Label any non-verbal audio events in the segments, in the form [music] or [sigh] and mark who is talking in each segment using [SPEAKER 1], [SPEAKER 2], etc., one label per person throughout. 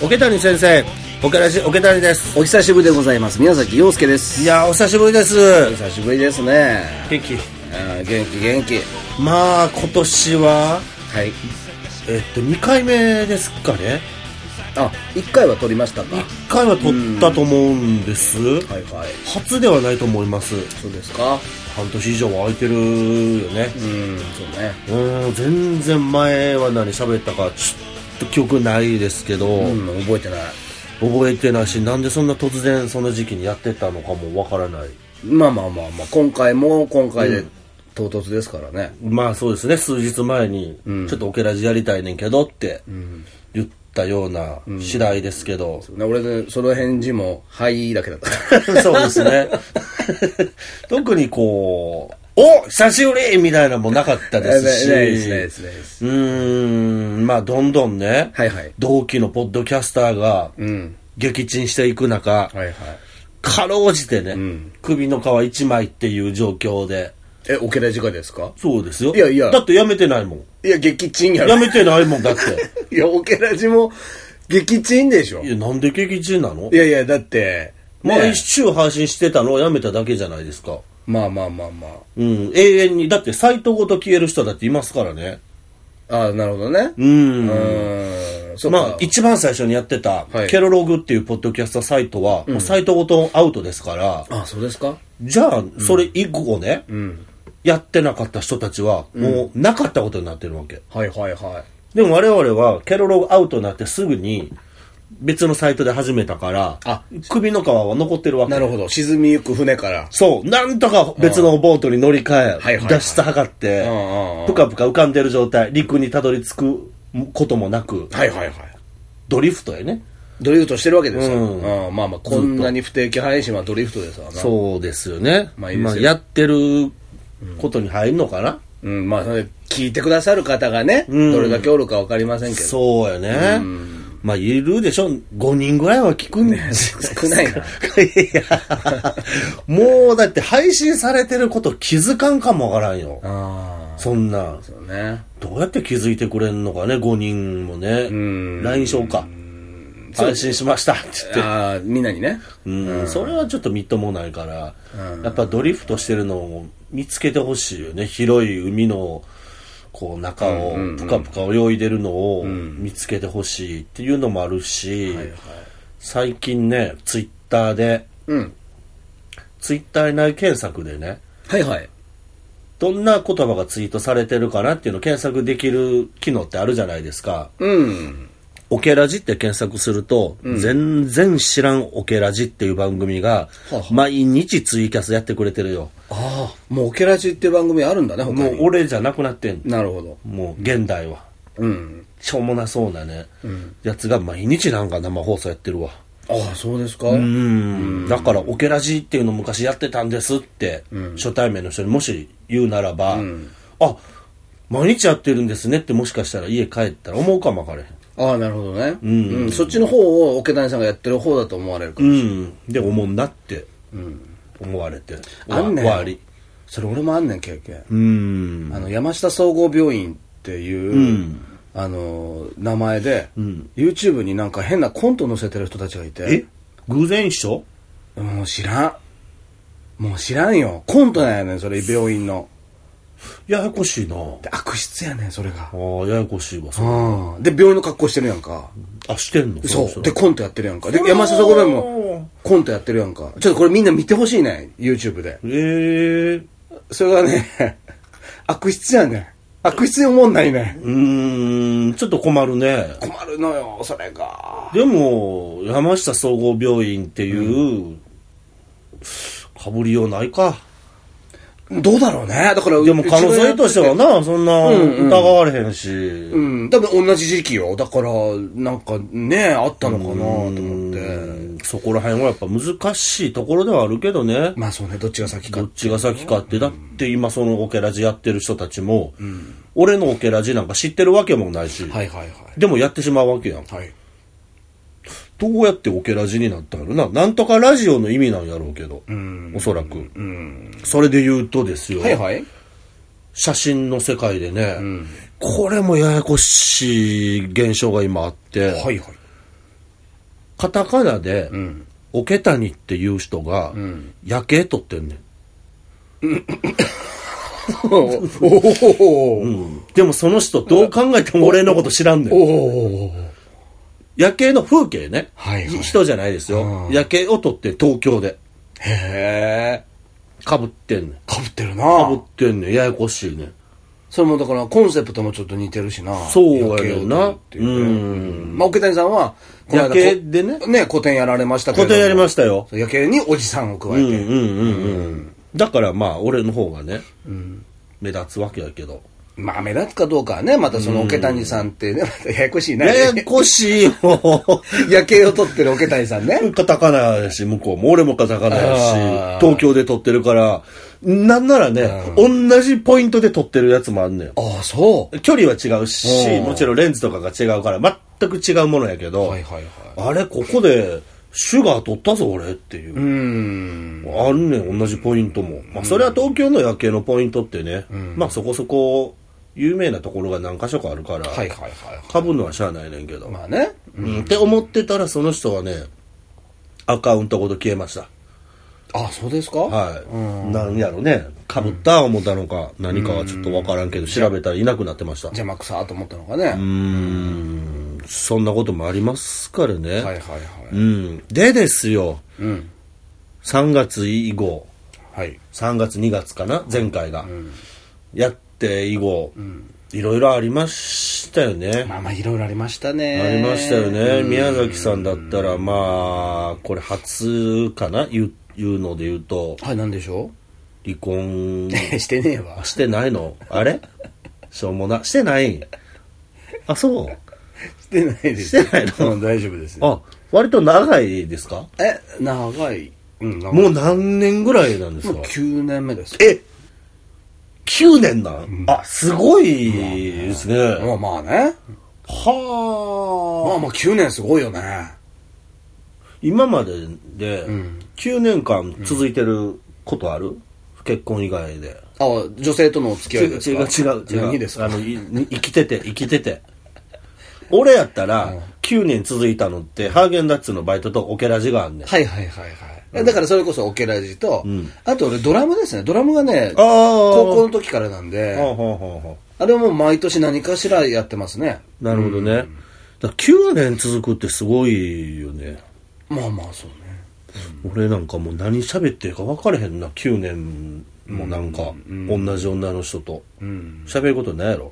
[SPEAKER 1] 桶谷先生桶ラジ桶谷です
[SPEAKER 2] お久しぶりでございます宮崎陽介で
[SPEAKER 1] い
[SPEAKER 2] す
[SPEAKER 1] やーお久しぶりです
[SPEAKER 2] お久しぶりですね
[SPEAKER 1] 元気
[SPEAKER 2] あー元気元気
[SPEAKER 1] まあ今年は
[SPEAKER 2] はい
[SPEAKER 1] えっと2回目ですかね
[SPEAKER 2] あ一1回は撮りましたかは
[SPEAKER 1] 1回は撮ったと思うんです
[SPEAKER 2] いはい
[SPEAKER 1] 初ではないと思います
[SPEAKER 2] そうですか
[SPEAKER 1] 半年以上は空いてるよね
[SPEAKER 2] うんそうね
[SPEAKER 1] うん全然前は何喋ったかちょっと記憶ないですけど、
[SPEAKER 2] うん覚えてない
[SPEAKER 1] 覚えてないしなんでそんな突然その時期にやってたのかもわからない
[SPEAKER 2] まあまあまあまあ今回も今回で唐突ですからね
[SPEAKER 1] まあそうですね数日前に、ちょっとオケラジやりたいねんけどって言ったような次第ですけど、
[SPEAKER 2] ね俺ねその返事も「はい」だけだっ
[SPEAKER 1] [laughs]
[SPEAKER 2] た [laughs]
[SPEAKER 1] そうですね [laughs] 特にこうお久しぶりみたいなのも [laughs] なかったですし
[SPEAKER 2] ないですないですないです
[SPEAKER 1] うーんまあどんどんね、
[SPEAKER 2] はいはい
[SPEAKER 1] 同期のポッドキャスターが
[SPEAKER 2] うん
[SPEAKER 1] 撃沈していく中、
[SPEAKER 2] はいはい
[SPEAKER 1] かろうじてね、
[SPEAKER 2] ん
[SPEAKER 1] 首の皮一枚っていう状況で
[SPEAKER 2] えオケラジカですか
[SPEAKER 1] そうですよ
[SPEAKER 2] いやいや
[SPEAKER 1] だってやめてないもん
[SPEAKER 2] いや激鎮や
[SPEAKER 1] やめてないもんだ [laughs] って
[SPEAKER 2] [laughs] いやオケラジも激鎮でしょ
[SPEAKER 1] いやなんで撃沈なの
[SPEAKER 2] いやいやだってね
[SPEAKER 1] 毎週配信してたのをやめただけじゃないですか
[SPEAKER 2] まあまあまあまあ
[SPEAKER 1] うん永遠にだってサイトごと消える人だっていますからね
[SPEAKER 2] ああ、なるほどね。
[SPEAKER 1] う
[SPEAKER 2] うんーん。そっか。
[SPEAKER 1] まあ、一番最初にやってた、
[SPEAKER 2] はい
[SPEAKER 1] ケロログっていうポッドキャストサイトは、もうサイトごとアウトですから、
[SPEAKER 2] あ、そうですか
[SPEAKER 1] じゃあ、それ以後ね、やってなかった人たちは、もうなかったことになってるわけ。
[SPEAKER 2] はいはいはい。
[SPEAKER 1] でも我々は、ケロログアウトになってすぐに、別のサイトで始めたから、
[SPEAKER 2] あ
[SPEAKER 1] 首の皮は残ってるわけ。
[SPEAKER 2] なるほど。沈みゆく船から。
[SPEAKER 1] そう、なんとか別のボートに乗り換
[SPEAKER 2] はい
[SPEAKER 1] え、
[SPEAKER 2] はい
[SPEAKER 1] 脱出図って
[SPEAKER 2] うんうんうん、
[SPEAKER 1] ぷかぷか浮かんでる状態、陸にたどり着くこともなく、
[SPEAKER 2] はいはいはい。
[SPEAKER 1] ドリフトやね。
[SPEAKER 2] ドリフトしてるわけですよ。
[SPEAKER 1] うん
[SPEAKER 2] うんまあまあ、こんなに不定期配信はドリフトですわな。う。
[SPEAKER 1] そうですよね。ま
[SPEAKER 2] まあ
[SPEAKER 1] あ、
[SPEAKER 2] いいですよ
[SPEAKER 1] やってることに入るのかな、
[SPEAKER 2] うん、まあ、それ聞いてくださる方がね、
[SPEAKER 1] うん
[SPEAKER 2] どれだけおるかわかりませんけど。
[SPEAKER 1] そうやね。まあ、いるでしょ ?5 人ぐらいは聞くんね。
[SPEAKER 2] 少ない
[SPEAKER 1] [laughs]
[SPEAKER 2] な。
[SPEAKER 1] いや、もうだって配信されてること気づかんかもわからんよ。
[SPEAKER 2] ああ、
[SPEAKER 1] そんな。
[SPEAKER 2] そうね。
[SPEAKER 1] どうやって気づいてくれんのかね、5人もね。
[SPEAKER 2] ん
[SPEAKER 1] LINE しようか。配信しましたって言って。
[SPEAKER 2] ああ、みんなにね。
[SPEAKER 1] うん、それはちょっとみっともないから、やっぱドリフトしてるのを見つけてほしいよね広い海のこう中をぷかぷか泳いでるのを見つけてほしいっていうのもあるし、最近ねツイッターで
[SPEAKER 2] うん。
[SPEAKER 1] ツイッター内検索でね
[SPEAKER 2] はいはい。
[SPEAKER 1] どんな言葉がツイートされてるかなっていうのを検索できる機能ってあるじゃないですか。
[SPEAKER 2] うん。
[SPEAKER 1] オケラジって検索すると、全然知らんオケラジっていう番組が、毎日ツイキャスやってくれてるよ。
[SPEAKER 2] ああ、もうオケラジっていう番組あるんだね、他に。
[SPEAKER 1] もう俺じゃなくなってん
[SPEAKER 2] なるほど。
[SPEAKER 1] もう現代は
[SPEAKER 2] うん。
[SPEAKER 1] しょうもなそうなね、やつが毎日なんか生放送やってるわ
[SPEAKER 2] ああ、そうですか。
[SPEAKER 1] うんだからオケラジっていうの昔やってたんですって、初対面の人にもし言うならば、あ毎日やってるんですねってもしかしたら家帰ったら思うかも分からへん
[SPEAKER 2] ああなるほどね、うんそっちの方を桶谷さんがやってる方だと思われるから、
[SPEAKER 1] うんで思うんなって思われて、
[SPEAKER 2] あんねん
[SPEAKER 1] 終わり
[SPEAKER 2] それ俺もあんねん経験、
[SPEAKER 1] うん
[SPEAKER 2] あの山下総合病院っていう、
[SPEAKER 1] ん
[SPEAKER 2] あの名前で、YouTube になんか変なコント載せてる人たちがい
[SPEAKER 1] え
[SPEAKER 2] て
[SPEAKER 1] 偶然一緒
[SPEAKER 2] もう知らんもう知らんよコントなんやねんそれ病院の
[SPEAKER 1] ややこしいな
[SPEAKER 2] で悪質やねんそれが
[SPEAKER 1] あ、ーややこしいわそれ
[SPEAKER 2] うん、で病院の格好してるやんか
[SPEAKER 1] あしてんの
[SPEAKER 2] そ
[SPEAKER 1] の人
[SPEAKER 2] うでコントやってるやんかで山下総合病院もコントやってるやんかちょっとこれみんな見てほしいね YouTube で
[SPEAKER 1] ええー、
[SPEAKER 2] それがね、悪質やねん。悪質に思んないねん。
[SPEAKER 1] うーん、ちょっと困るね。
[SPEAKER 2] 困るのよ、それが。
[SPEAKER 1] でも、山下総合病院っていう、かぶりようないか。
[SPEAKER 2] どうだろうね。だから、
[SPEAKER 1] でも可能性としてはな、そんな疑われへんし。
[SPEAKER 2] うん、多分同じ時期よ。だから、なんかね、あったのかなと思って。
[SPEAKER 1] うんそこら辺はやっぱ難しいところではあるけどね。
[SPEAKER 2] まあそうね、どっちが先
[SPEAKER 1] ど
[SPEAKER 2] か
[SPEAKER 1] っ。ちが先かって、だって今そのオケラジやってる人たちも、俺のオケラジなんか知ってるわけもないし、
[SPEAKER 2] はいはい
[SPEAKER 1] でもやってしまうわけやん。
[SPEAKER 2] はい。はい。
[SPEAKER 1] どうやってオケラジになったんやろな。なんとかラジオの意味なんやろうけど、おそらく。それで言うとですよ、
[SPEAKER 2] はいはい。
[SPEAKER 1] 写真の世界でね、これもややこしい現象が今あって、
[SPEAKER 2] はいはい。
[SPEAKER 1] カタカナで、桶谷っていう人が、夜景撮ってんねん。
[SPEAKER 2] おおー
[SPEAKER 1] でもその人どう考えても俺のこと知らんねん。
[SPEAKER 2] おー
[SPEAKER 1] 夜景の風景ね。
[SPEAKER 2] はいはい
[SPEAKER 1] 人じゃないですよ。夜景を撮って東京で。
[SPEAKER 2] へえ。
[SPEAKER 1] かぶってんねん。
[SPEAKER 2] かぶってる
[SPEAKER 1] かぶっ
[SPEAKER 2] な
[SPEAKER 1] てんねん。ややこしいねん。
[SPEAKER 2] それもだからコンセプトもちょっと似てるしな。
[SPEAKER 1] そうやねんな
[SPEAKER 2] 夜景っていうねまあ、奥谷さんは、この間こ
[SPEAKER 1] 夜景でね
[SPEAKER 2] ね、古典やられましたけれ
[SPEAKER 1] こ
[SPEAKER 2] ども。
[SPEAKER 1] とやりましたよ。
[SPEAKER 2] そう夜景におじさんを加え
[SPEAKER 1] うん
[SPEAKER 2] て。
[SPEAKER 1] うんうんうん。だからまあ、俺の方がね、目立つわけやけ
[SPEAKER 2] [laughs]
[SPEAKER 1] ど。
[SPEAKER 2] まあ、目立つかどうかはね、またその桶谷さんってね、またややこしいな。
[SPEAKER 1] ややこしいよ。
[SPEAKER 2] [laughs]
[SPEAKER 1] [laughs]
[SPEAKER 2] 夜景を撮ってる桶谷さんね。
[SPEAKER 1] カタカナやし、向こうも俺もカタカナ
[SPEAKER 2] あ
[SPEAKER 1] や
[SPEAKER 2] ー
[SPEAKER 1] し、東京で撮ってるから、なんならね、同じポイントで撮ってるやつもあんねん。
[SPEAKER 2] ああ、そう。
[SPEAKER 1] 距離は違うし、
[SPEAKER 2] うん
[SPEAKER 1] もちろんレンズとかが違うから、全く違うものやけど、
[SPEAKER 2] はいはいはい。
[SPEAKER 1] あれ、ここで、シュガー撮ったぞ、俺っていう。
[SPEAKER 2] うーん。
[SPEAKER 1] あるねん同じポイントも、まあ、それは東京の夜景のポイントってね、まあそこそこ有名なところが何箇所かあるから、
[SPEAKER 2] はいはいは
[SPEAKER 1] かぶんのはしゃあないねんけど、
[SPEAKER 2] い。まあね。
[SPEAKER 1] うんって思ってたらその人はねアカウントごと消えました
[SPEAKER 2] ああ、そうですか
[SPEAKER 1] はい、なんやろねかぶった思ったのか何かはちょっと分からんけど調べたらいなくなってました
[SPEAKER 2] 邪魔くさーと思ったのかね。はいう
[SPEAKER 1] ーんそんなこともありますからね、
[SPEAKER 2] はいは
[SPEAKER 1] う
[SPEAKER 2] い。
[SPEAKER 1] んでですよ
[SPEAKER 2] うん。
[SPEAKER 1] 3月以後
[SPEAKER 2] はい。
[SPEAKER 1] 3月2月かな前回が、やって以後、いろいろありましたよね、
[SPEAKER 2] まあまあ、いろいろありましたね。
[SPEAKER 1] ありましたよね、宮崎さんだったらまあこれ初かな言う言うので言うと
[SPEAKER 2] はい、なんでしょ
[SPEAKER 1] 離婚
[SPEAKER 2] うしてねえわ。
[SPEAKER 1] してないのあれしょうもなしてないあそう
[SPEAKER 2] してないです。
[SPEAKER 1] してないの
[SPEAKER 2] うん大丈夫です。
[SPEAKER 1] あ割と長いですか
[SPEAKER 2] え、長い。うん、長い。
[SPEAKER 1] もう何年ぐらいなんです
[SPEAKER 2] もう
[SPEAKER 1] か
[SPEAKER 2] 9年目です。
[SPEAKER 1] え9年なん、あすごいですね、
[SPEAKER 2] まあまあね。
[SPEAKER 1] はあ
[SPEAKER 2] まあまあ9年すごいよね。
[SPEAKER 1] 今までで9年間続いてることある、結婚以外で
[SPEAKER 2] あ、女性とのお付き合
[SPEAKER 1] 違
[SPEAKER 2] いうです
[SPEAKER 1] 違
[SPEAKER 2] か
[SPEAKER 1] う違う違う
[SPEAKER 2] 何ですか
[SPEAKER 1] あのい [laughs] 生きてて生きてて俺やったら9年続いたのってハーゲンダッツのバイトとオケラジがあんねん
[SPEAKER 2] はいはいはいはい。だからそれこそオケラジと、あと俺ドラムですね。ドラムがね、
[SPEAKER 1] あー
[SPEAKER 2] 高校の時からなん
[SPEAKER 1] ほう
[SPEAKER 2] で、
[SPEAKER 1] ほうほうほ
[SPEAKER 2] あれはもう毎年何かしらやってますね。
[SPEAKER 1] うなるほどね、だから9年続くってすごいよね
[SPEAKER 2] まあまあそうね。
[SPEAKER 1] 俺なんかもう何喋ってるか分からへんな9年もなんか同じ女の人と喋ることないやろ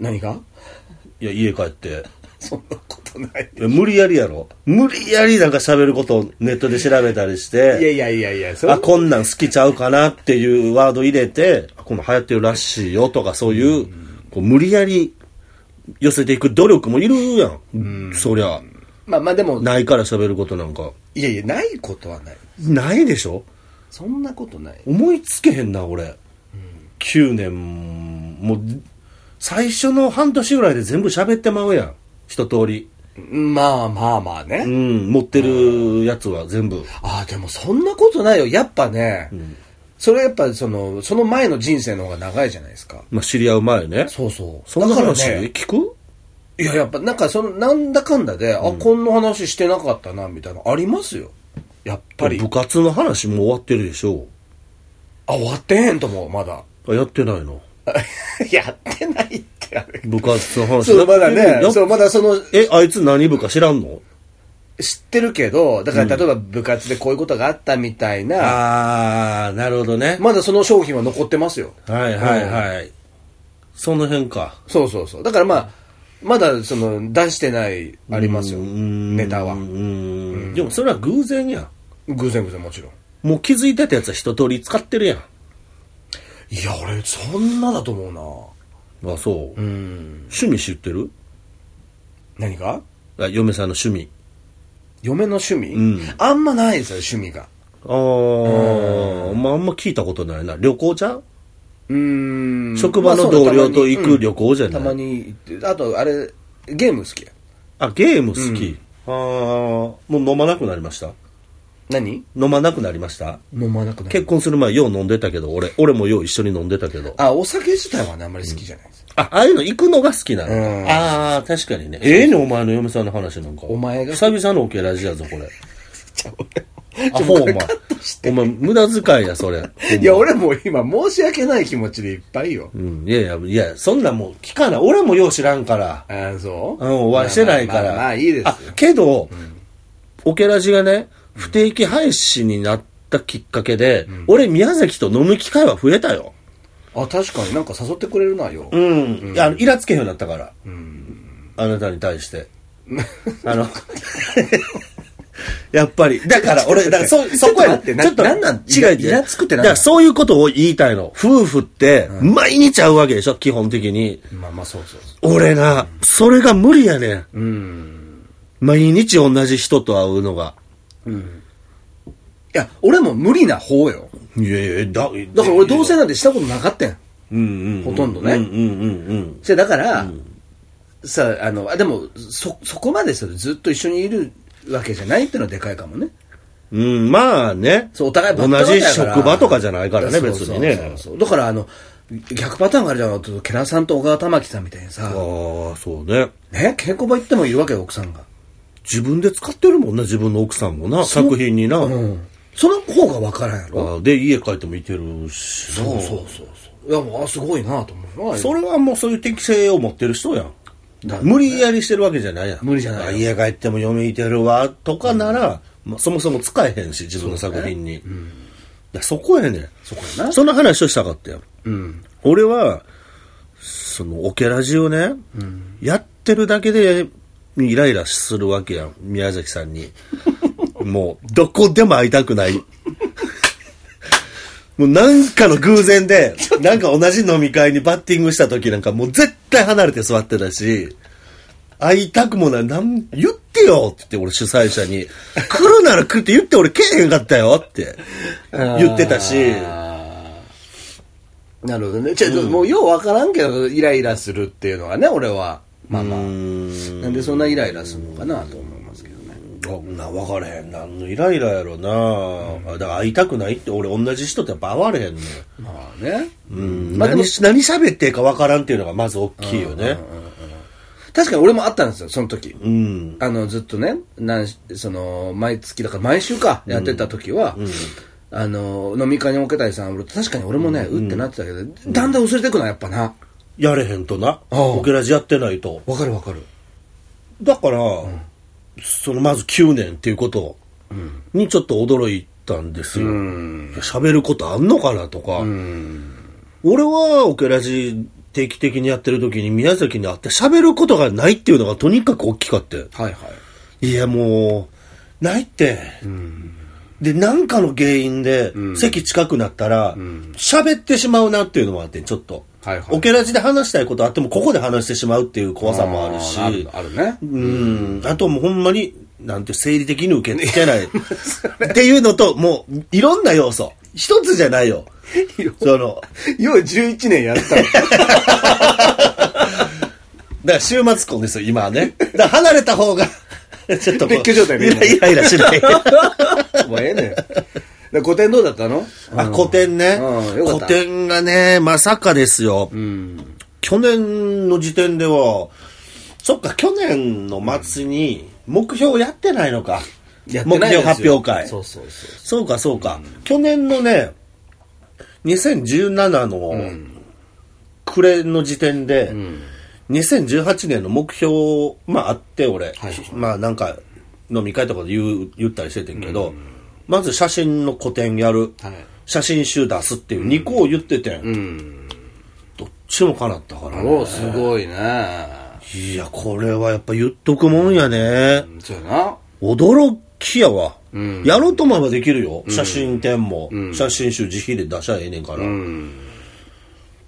[SPEAKER 2] 何が [laughs]
[SPEAKER 1] いや家帰って
[SPEAKER 2] そんなことない。
[SPEAKER 1] いや無理やりやろ無理やりなんか喋ることをネットで調べたりし
[SPEAKER 2] いや
[SPEAKER 1] て、
[SPEAKER 2] いやいやいや、それ
[SPEAKER 1] あ、こんなん好きちゃうかなっていうワード入れて、あこの流行ってるらしいよとかそういう、こう無理やり寄せていく努力もいるやん。そりゃ、
[SPEAKER 2] まあまあでも、
[SPEAKER 1] ないから喋ることなんか。
[SPEAKER 2] いやいや、ないことはない。
[SPEAKER 1] ないでしょ
[SPEAKER 2] そんなことない。
[SPEAKER 1] 思いつけへんな、俺。9年、もう、最初の半年ぐらいで全部喋ってまうやん。一通り。
[SPEAKER 2] まあまあまあね。
[SPEAKER 1] うん、持ってるやつは全部。
[SPEAKER 2] ああ、でもそんなことないよ。やっぱね、それやっぱその、その前の人生の方が長いじゃないですか。
[SPEAKER 1] まあ、知り合う前ね。
[SPEAKER 2] そうそう。
[SPEAKER 1] そんな話、
[SPEAKER 2] だからね
[SPEAKER 1] 聞く
[SPEAKER 2] いや、やっぱなんかその、なんだかんだで、あ、こんな話してなかったな、みたいな、ありますよ。やっぱり。
[SPEAKER 1] 部活の話もう終わってるでしょ
[SPEAKER 2] あ、終わってへんと思う、まだ。 [laughs]
[SPEAKER 1] あやってないの
[SPEAKER 2] やってないってあれ。
[SPEAKER 1] 部活の話
[SPEAKER 2] そう、ま
[SPEAKER 1] や
[SPEAKER 2] だ
[SPEAKER 1] ってる
[SPEAKER 2] ね
[SPEAKER 1] や、っ
[SPEAKER 2] そう、まだその、
[SPEAKER 1] えあいつ何部か知らんの
[SPEAKER 2] 知ってるけど、だから例えば部活でこういうことがあったみたいな、
[SPEAKER 1] ああなるほどね、
[SPEAKER 2] まだその商品は残ってますよ。
[SPEAKER 1] はいはいはい、その辺か
[SPEAKER 2] そうそうそう。だからまあ、まだその、出してない、ありますよ。
[SPEAKER 1] うん
[SPEAKER 2] ネタは
[SPEAKER 1] う。んでもそれは偶然やん
[SPEAKER 2] 偶然偶然もちろん。
[SPEAKER 1] もう気づいてたやつは一通り使ってるやん
[SPEAKER 2] いや、俺、そんなだと思
[SPEAKER 1] あそう、
[SPEAKER 2] うな。うん。
[SPEAKER 1] 趣味知ってる
[SPEAKER 2] 何が
[SPEAKER 1] あ嫁さんの趣味
[SPEAKER 2] 嫁の趣味、
[SPEAKER 1] うん
[SPEAKER 2] あんまないですよ、趣味が。
[SPEAKER 1] ああ、まああんま聞いたことないな旅行じゃん
[SPEAKER 2] うーん。
[SPEAKER 1] 職場の同僚と行く旅行じゃない
[SPEAKER 2] たまに、うんたまに行ってあと、あれ、ゲーム好きや。
[SPEAKER 1] あ、ゲーム好き。ああ、もう飲まなくなりました
[SPEAKER 2] 何
[SPEAKER 1] 飲まなくなりました
[SPEAKER 2] 飲まなくなる
[SPEAKER 1] 結婚する前よう飲んでたけど、俺、俺もよう一緒に飲んでたけど。あ、
[SPEAKER 2] あお酒自体はねあんまり好きじゃないです、
[SPEAKER 1] ああいうの行くのが好きなの。
[SPEAKER 2] うん
[SPEAKER 1] ああ、確かにね。ええね、お前の嫁さんの話なんか。
[SPEAKER 2] お前が
[SPEAKER 1] 久々のオケラジやぞ、 [laughs] これ。
[SPEAKER 2] ちゃ
[SPEAKER 1] あほう、お前。お前、無駄遣いや、それ。
[SPEAKER 2] 俺いや俺もう今申し訳ない気持ちでいっぱいよ、
[SPEAKER 1] うん、いやいや、いや、そんなんもう聞かない。俺もよう知らんから。
[SPEAKER 2] ああそう
[SPEAKER 1] うん、お会いしてないか
[SPEAKER 2] ま
[SPEAKER 1] ら。
[SPEAKER 2] あまあまあいいですよ
[SPEAKER 1] あ、けど、オケラジがね、不定期配信になったきっかけで、俺、宮崎と飲む機会は増えたよ。
[SPEAKER 2] あ確かになんか誘ってくれるなよ、
[SPEAKER 1] うん。いや、あの、イラつけへんようになったから。あなたに対
[SPEAKER 2] [laughs]
[SPEAKER 1] して。あの、やっぱり。だから、俺、だから、そ、そこや
[SPEAKER 2] ちょっと待ってななんなん
[SPEAKER 1] 違う違う。
[SPEAKER 2] イライラつくってなんな
[SPEAKER 1] だ
[SPEAKER 2] ん
[SPEAKER 1] から、そういうことを言いたいの。夫婦って、毎日会うわけでしょ、基本的に。
[SPEAKER 2] まあまあそうそうそ
[SPEAKER 1] 俺な、それが無理やねん。
[SPEAKER 2] ううん
[SPEAKER 1] 毎日同じ人と会うのが。
[SPEAKER 2] いや俺も無理な方よ
[SPEAKER 1] いやいや、だ、
[SPEAKER 2] だから俺同棲なんてしたことなかったやん
[SPEAKER 1] うんうん、
[SPEAKER 2] ほとんどね
[SPEAKER 1] うんうんうんうん。
[SPEAKER 2] じゃあだから、さあのあでもそそこまでそれずっと一緒にいるわけじゃないってのはでかいかもね
[SPEAKER 1] うん、まあね。
[SPEAKER 2] そうお互いバッタ
[SPEAKER 1] 同
[SPEAKER 2] バタ
[SPEAKER 1] じ
[SPEAKER 2] やから
[SPEAKER 1] 職場とかじゃないからね、
[SPEAKER 2] そう
[SPEAKER 1] 別
[SPEAKER 2] そう
[SPEAKER 1] にね。
[SPEAKER 2] そうそうだからあの逆パターンがあるじゃんケラさんと小川玉木さんみたいにさ、
[SPEAKER 1] ああ、そうね。
[SPEAKER 2] ね、稽古場行ってもいるわけよ奥さんが、
[SPEAKER 1] 自分で使ってるもんな、自分の奥さんもな、
[SPEAKER 2] そう
[SPEAKER 1] 作品にな。
[SPEAKER 2] うん、その方が分からんやろ
[SPEAKER 1] あで、家帰ってもいてるしな。
[SPEAKER 2] そうそうそうそういやもうあすごいなと思うな
[SPEAKER 1] それはもうそういう適性を持ってる人やん。
[SPEAKER 2] だ
[SPEAKER 1] 無理やりしてるわけじゃないやん。
[SPEAKER 2] 無理じゃない
[SPEAKER 1] あ家帰っても読みいてるわ、とかなら、まあ、そもそも使えへんし、自分の作品に。そ,、そこやねん。
[SPEAKER 2] そこやな
[SPEAKER 1] その話をしたかったよ。
[SPEAKER 2] うん
[SPEAKER 1] 俺は、その、オケラジをね、やってるだけで、イライラするわけやん、宮崎さんに。 [laughs] もう、どこでも会いたくない。 [laughs] もうなんかの偶然で、なんか同じ飲み会にバッティングした時なんかもう絶対離れて座ってたし、会いたくもない、なん、言ってよって言って俺主催者に、来るなら来るって言って俺来えへんかったよって言ってたし、
[SPEAKER 2] あーなるほどねちょっともうよう分からんけどイライラするっていうのはね俺はまあまあなんでそんなイライラするのかなと思いますけど
[SPEAKER 1] あ
[SPEAKER 2] ね
[SPEAKER 1] な分からへん何のイライラやろな、あだから会いたくないって俺同じ人ってやっぱ会われへんねん、
[SPEAKER 2] まあね
[SPEAKER 1] うん、
[SPEAKER 2] まあでも
[SPEAKER 1] 何し何喋っていいか分からんっていうのがまず大きいよね
[SPEAKER 2] 確かに俺もあったんですよその時
[SPEAKER 1] うん
[SPEAKER 2] あのずっとねなんその毎月だから毎週かやってた時は、あの飲み会におけたりさんおると確かに俺もね、うってなってたけどだんだん薄れてくのはやっぱな
[SPEAKER 1] やれへんとな
[SPEAKER 2] ああ
[SPEAKER 1] オケラジやってないと
[SPEAKER 2] わかるわかる
[SPEAKER 1] だから、そのまず9年っていうことにちょっと驚いたんですよ
[SPEAKER 2] うん
[SPEAKER 1] いや喋ることあんのかなとか、
[SPEAKER 2] うん
[SPEAKER 1] 俺はオケラジ定期的にやってる時に宮崎に会って喋ることがないっていうのがとにかく大きかったよ
[SPEAKER 2] はいはい
[SPEAKER 1] いや、もう、ないって。で、なんかの原因で、席近くなったら、喋ってしまうなっていうのもあって、ちょっと。
[SPEAKER 2] はいはい
[SPEAKER 1] オケラジで話したいことあっても、ここで話してしまうっていう怖さもあるし、
[SPEAKER 2] あるあるね
[SPEAKER 1] うん、あともうほんまに、なんて生理的に受け付け
[SPEAKER 2] [laughs]
[SPEAKER 1] ない。っていうのと、もう、いろんな要素。一つじゃない
[SPEAKER 2] [laughs]
[SPEAKER 1] よ。その、
[SPEAKER 2] よう11年やった
[SPEAKER 1] だから週末婚ですよ、今はね。だから離れた方が、 [laughs] ちょっとこう
[SPEAKER 2] 別居状態ね今
[SPEAKER 1] イライラし
[SPEAKER 2] [laughs]
[SPEAKER 1] ない。
[SPEAKER 2] のもうええねんだから古典どうだったの
[SPEAKER 1] あ、古典ね。
[SPEAKER 2] うんよかっ
[SPEAKER 1] 古
[SPEAKER 2] た
[SPEAKER 1] 典がね、まさかですよ。
[SPEAKER 2] うん
[SPEAKER 1] 去年の時点では、そっか、去年の末に目標やってないのか。
[SPEAKER 2] やってな
[SPEAKER 1] 目標
[SPEAKER 2] いですよ
[SPEAKER 1] 発表会。
[SPEAKER 2] そ
[SPEAKER 1] そうう
[SPEAKER 2] そうそう
[SPEAKER 1] か、そうか、去年のね、2017の暮れの時点で、2018年の目標、まああって、俺。
[SPEAKER 2] はい
[SPEAKER 1] まあなんか、飲み会とかで言う言ったりしててんけど、まず写真の個展やる。
[SPEAKER 2] はい
[SPEAKER 1] 写真集出すっていう2個を言っててん、
[SPEAKER 2] うん
[SPEAKER 1] どっちも叶ったから
[SPEAKER 2] お
[SPEAKER 1] ね
[SPEAKER 2] うすごいね
[SPEAKER 1] いやこれはやっぱ言っとくもんやね
[SPEAKER 2] うんそうやな
[SPEAKER 1] 驚きやわ、
[SPEAKER 2] うん
[SPEAKER 1] やろうと思えばできるよ、写真展も、写真集自費で出しゃええねんから、
[SPEAKER 2] う
[SPEAKER 1] っ
[SPEAKER 2] ん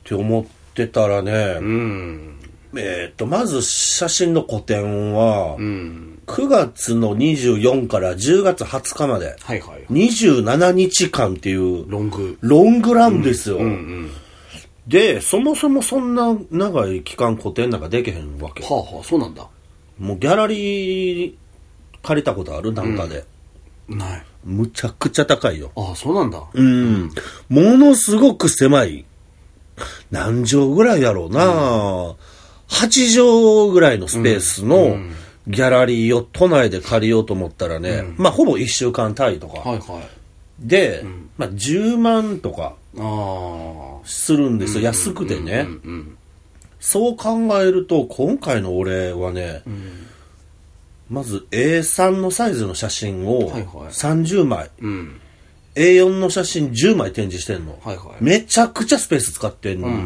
[SPEAKER 1] て思ってたらね、
[SPEAKER 2] うん
[SPEAKER 1] えーっとまず写真の個展は、
[SPEAKER 2] うん
[SPEAKER 1] 9月の24から10月20日まで
[SPEAKER 2] はいはい
[SPEAKER 1] 27日間っていう
[SPEAKER 2] ロング
[SPEAKER 1] ロングランですよ、
[SPEAKER 2] うんうん
[SPEAKER 1] でそもそもそんな長い期間個展なんかできへんわけ
[SPEAKER 2] はあはあそうなんだ
[SPEAKER 1] もうギャラリー借りたことあるなんかで、
[SPEAKER 2] ない。
[SPEAKER 1] むちゃくちゃ高いよ。
[SPEAKER 2] ああ、そうなんだ。
[SPEAKER 1] うん。ものすごく狭い。何畳ぐらいやろうな、八8畳ぐらいのスペースのギャラリーを都内で借りようと思ったらね、まあほぼ1週間単位とか。
[SPEAKER 2] はいはい。
[SPEAKER 1] で、まあ10万とか
[SPEAKER 2] ああ。
[SPEAKER 1] するんですよ。安くてね。
[SPEAKER 2] うんうん。
[SPEAKER 1] そう考えると、今回の俺はね、まず A3 のサイズの写真を
[SPEAKER 2] はいはい
[SPEAKER 1] 30枚、
[SPEAKER 2] うん。
[SPEAKER 1] A4 の写真10枚展示してんの。
[SPEAKER 2] はいはい
[SPEAKER 1] めちゃくちゃスペース使ってんの、ね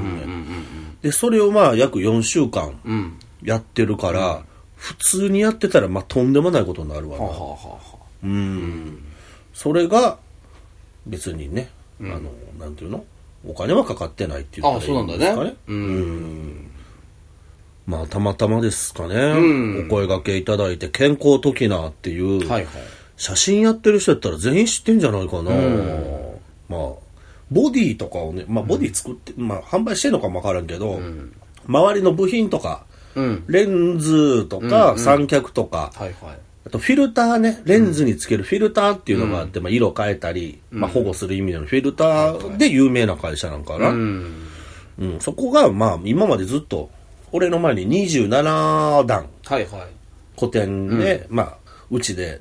[SPEAKER 1] で、それをまあ約4週間
[SPEAKER 2] うん。
[SPEAKER 1] やってるから、普通にやってたらまあとんでもないことになるわな
[SPEAKER 2] はあ、はあはあはあ。
[SPEAKER 1] それが別にね、あの、なんていうのお金はかかってないっていう
[SPEAKER 2] ああ、そうなんだね。
[SPEAKER 1] まあ、たまたまですかね、
[SPEAKER 2] ん
[SPEAKER 1] お声掛けいただいて、健康ときなっていう、
[SPEAKER 2] はいはい
[SPEAKER 1] 写真やってる人やったら全員知ってんじゃないかな。まあ、ボディとかをね、まあ、ボディ作って、まあ、販売してんのかもわからんけど、周りの部品とか、
[SPEAKER 2] うん。
[SPEAKER 1] レンズとか、三脚とか、
[SPEAKER 2] はいはい。
[SPEAKER 1] あとフィルターね、レンズにつけるフィルターっていうのがあって、まあ、色変えたり、まあ、保護する意味でのフィルターで有名な会社なんかな。
[SPEAKER 2] うん。
[SPEAKER 1] うん、そこが、まあ、今までずっと、俺の前に27段
[SPEAKER 2] はいはい。
[SPEAKER 1] 個展で、まあ、うちで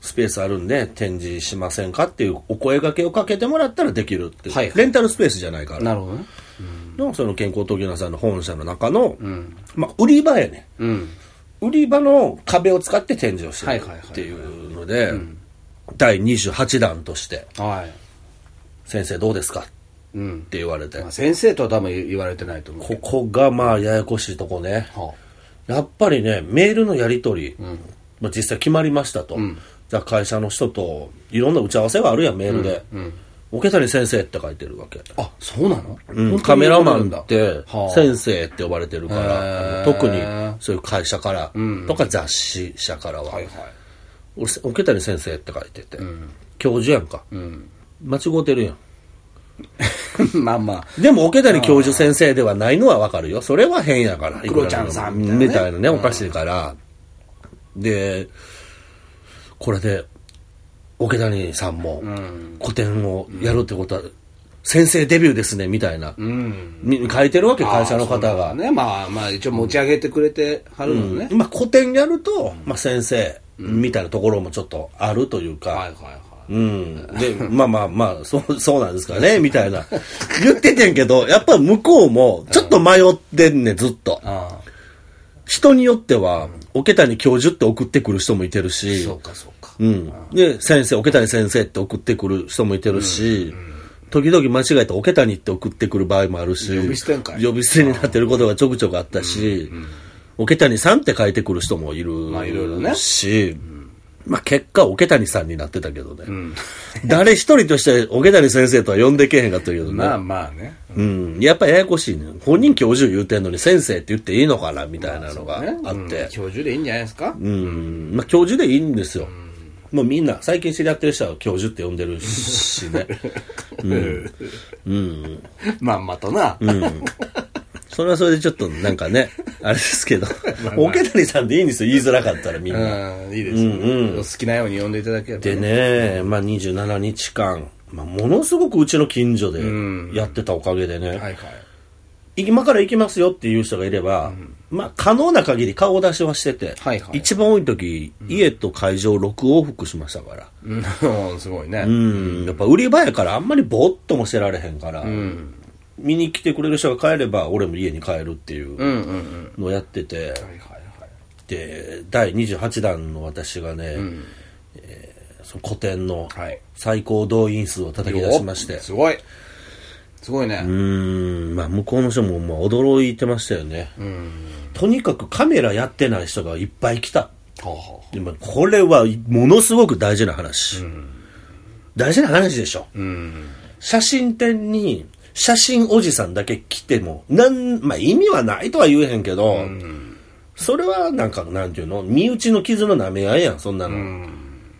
[SPEAKER 1] スペースあるんで展示しませんかっていうお声掛けをかけてもらったらできるっていう、
[SPEAKER 2] はいはい
[SPEAKER 1] レンタルスペースじゃないから。
[SPEAKER 2] なるほどね。
[SPEAKER 1] の、その健康闘技なさんの本社の中の、まあ、売り場やね。
[SPEAKER 2] うん。
[SPEAKER 1] 売り場の壁を使って展示をして
[SPEAKER 2] はい
[SPEAKER 1] る
[SPEAKER 2] はいはいはい
[SPEAKER 1] っていうので、第28弾として、
[SPEAKER 2] はい。
[SPEAKER 1] 先生どうですかって
[SPEAKER 2] うん。
[SPEAKER 1] 言われて
[SPEAKER 2] まあ、、先生とは多分言われてないと思うけ
[SPEAKER 1] ここがまあ、ややこしいとこね。
[SPEAKER 2] ど。は
[SPEAKER 1] やっぱりね、メールのやり取り、まあ、実際決まりましたと、じゃあ会社の人といろんな打ち合わせがあるやん、メールで。桶谷先生って書いてるわけ。
[SPEAKER 2] あ。あ、そうなの、
[SPEAKER 1] うん
[SPEAKER 2] 本当に
[SPEAKER 1] カメラマン
[SPEAKER 2] 言わ
[SPEAKER 1] っ
[SPEAKER 2] れるん
[SPEAKER 1] て
[SPEAKER 2] だはあ、
[SPEAKER 1] 先生って呼ばれてるか
[SPEAKER 2] へ
[SPEAKER 1] ら、
[SPEAKER 2] ー
[SPEAKER 1] 特にそういう会社からとか雑誌社からは、
[SPEAKER 2] はいはい。 [laughs]
[SPEAKER 1] 俺せ桶谷先生って書いてて、教授やんか、間違うてるやん。
[SPEAKER 2] まあまあ。
[SPEAKER 1] でも、桶谷教授先生ではないのはわかるよ。それは変やから。
[SPEAKER 2] クロちゃんさんみたいなね
[SPEAKER 1] みたいなね、おかしいから。で、これで、桶谷さんも、古典をやるってことは、先生デビューですね、みたいな。
[SPEAKER 2] うん。
[SPEAKER 1] に書いてるわけ、会社の方
[SPEAKER 2] そうな
[SPEAKER 1] が。
[SPEAKER 2] んだね。まあまあ、一応持ち上げてくれてはるのね。
[SPEAKER 1] まあ、古典やると、まあ、先生、みたいなところもちょっとあるというか。
[SPEAKER 2] はいはいはい。
[SPEAKER 1] うん。で、まあまあまあ、そう、そうなんですかね、 [laughs] みたいな。言っててんけど、やっぱ向こうも、ちょっと迷ってんね、ずっと。
[SPEAKER 2] あ
[SPEAKER 1] 人によっては、桶谷教授って送ってくる人もいてる
[SPEAKER 2] あ。
[SPEAKER 1] し
[SPEAKER 2] そ、うかそうか。
[SPEAKER 1] うん。で、先生、桶谷先生って送ってくる人もいてるし、時々間違えて桶谷って送ってくる場合もあるし、
[SPEAKER 2] 呼び捨てんかい
[SPEAKER 1] 呼び捨てになってることがちょくちょくあったし、桶谷さんって書いてくる人もいる
[SPEAKER 2] あいろいろね
[SPEAKER 1] し、まあ結果、桶谷さんになってたけどね。誰一人として桶谷先生とは呼んでけへんかったけどね。
[SPEAKER 2] まあまあね。
[SPEAKER 1] うん。やっぱややこしいね。本人教授言うてんのに先生って言っていいのかなみたいなのがあって。
[SPEAKER 2] うん教授でいいんじゃないですか
[SPEAKER 1] うん。まあ、教授でいいんですよ。もうみんな、最近知り合ってる人は教授って呼んでるし
[SPEAKER 2] [laughs]
[SPEAKER 1] ね。
[SPEAKER 2] まんまとな。
[SPEAKER 1] それはそれでちょっとなんかね、あれですけ
[SPEAKER 2] [laughs]
[SPEAKER 1] ど。桶谷さんでいいんですよ、言いづらかったらみんな。
[SPEAKER 2] うん、いいですよ、お好きなように呼んでいただければ。
[SPEAKER 1] でね、まあ27日間、まあ、ものすごくうちの近所でやってたおかげでね、
[SPEAKER 2] はいはい。
[SPEAKER 1] 今から行きますよっていう人がいれば、まあ可能な限り顔出しはしてて、
[SPEAKER 2] はいはい
[SPEAKER 1] 一番多い時、家と会場6往復しましたから。
[SPEAKER 2] うん、 [laughs] すごいね。
[SPEAKER 1] うん、やっぱ売り場やからあんまりぼーっともしてられへんから、見に来てくれる人が帰れば俺も家に帰るっていう
[SPEAKER 2] うんうんうん。
[SPEAKER 1] のをやってて、
[SPEAKER 2] はいはいはい。
[SPEAKER 1] で第28弾の私がね、えーその古典の
[SPEAKER 2] はい
[SPEAKER 1] 最高動員数を叩き出しまして、
[SPEAKER 2] すごい。すごいね。
[SPEAKER 1] うーんまあ、向こうの人もまあ驚いてましたよね、とにかくカメラやってない人がいっぱい来た
[SPEAKER 2] ほうほ
[SPEAKER 1] でまあこれはものすごく大事な話、大事な話でしょ、
[SPEAKER 2] う。うん。
[SPEAKER 1] 写真展に写真おじさんだけ来てもなん、まあ、意味はないとは言えへんけど、それはなんかなんていうの身内の傷の舐め合いやんそんなの、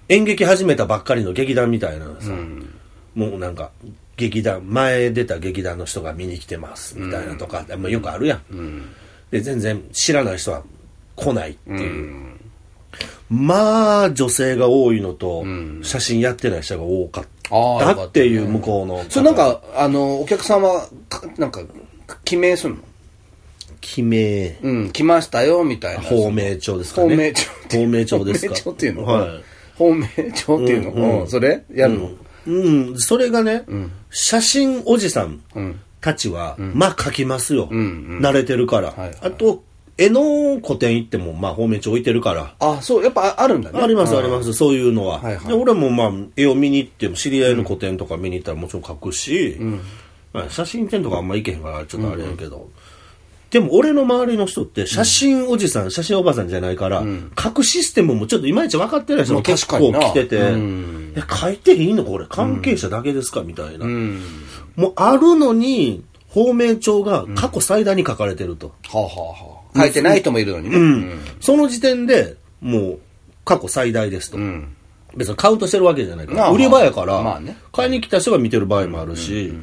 [SPEAKER 1] 演劇始めたばっかりの劇団みたいなのさ、もうなんか劇団前出た劇団の人が見に来てますみたいなとか、まあ、よくあるやん、で全然知らない人は来ないっていう、まあ、女性が多いのと、写真やってない人が多かっ
[SPEAKER 2] あーよかった
[SPEAKER 1] た
[SPEAKER 2] ね
[SPEAKER 1] っていう向こうの。
[SPEAKER 2] それなんか、あの、お客さんは、かなんか、記名するの
[SPEAKER 1] 記名、
[SPEAKER 2] うん、来ましたよ、みたいな。
[SPEAKER 1] 芳名帳ですかね。
[SPEAKER 2] 芳名帳ってい
[SPEAKER 1] 芳名帳
[SPEAKER 2] う
[SPEAKER 1] ですか。
[SPEAKER 2] 芳名帳っていうの
[SPEAKER 1] はい。
[SPEAKER 2] 本名帳っていうの、
[SPEAKER 1] うんうん
[SPEAKER 2] うんそれやるの、
[SPEAKER 1] うん、それがね、写真おじさんたちは、まあ描きますよ、慣れてるから、
[SPEAKER 2] はいはい
[SPEAKER 1] あと絵の古典行ってもまあ方面帳置いてるから
[SPEAKER 2] あ、そう、やっぱああるんだね。
[SPEAKER 1] ありますあり
[SPEAKER 2] す。
[SPEAKER 1] ます、そういうのは。
[SPEAKER 2] はいはい
[SPEAKER 1] で俺もまあ、絵を見に行っても、知り合いの個展とか見に行ったらもちろん描くし、まあ、写真展とかあんま行けへんから、ちょっとあれやけど。でも俺の周りの人って写真おじさん、写真おばさんじゃないから、書くシステムもちょっといまいち分かってない人も
[SPEAKER 2] まあ
[SPEAKER 1] 結
[SPEAKER 2] 確かに
[SPEAKER 1] 構
[SPEAKER 2] な
[SPEAKER 1] 来てて、
[SPEAKER 2] うん
[SPEAKER 1] え書いていいのこれ関係者だけですかみたいな、
[SPEAKER 2] うん。
[SPEAKER 1] もうあるのに、方面帳が過去最大に書かれてると。
[SPEAKER 2] はあ、はあはあ、書いてない人もいるのにね。うん。
[SPEAKER 1] その時点でもう過去最大ですと。
[SPEAKER 2] うん。
[SPEAKER 1] 別にカウントしてるわけじゃないか
[SPEAKER 2] ま
[SPEAKER 1] ら、
[SPEAKER 2] あ
[SPEAKER 1] 売り場やから、
[SPEAKER 2] まあね
[SPEAKER 1] 買いに来た人が見てる場合もあるし、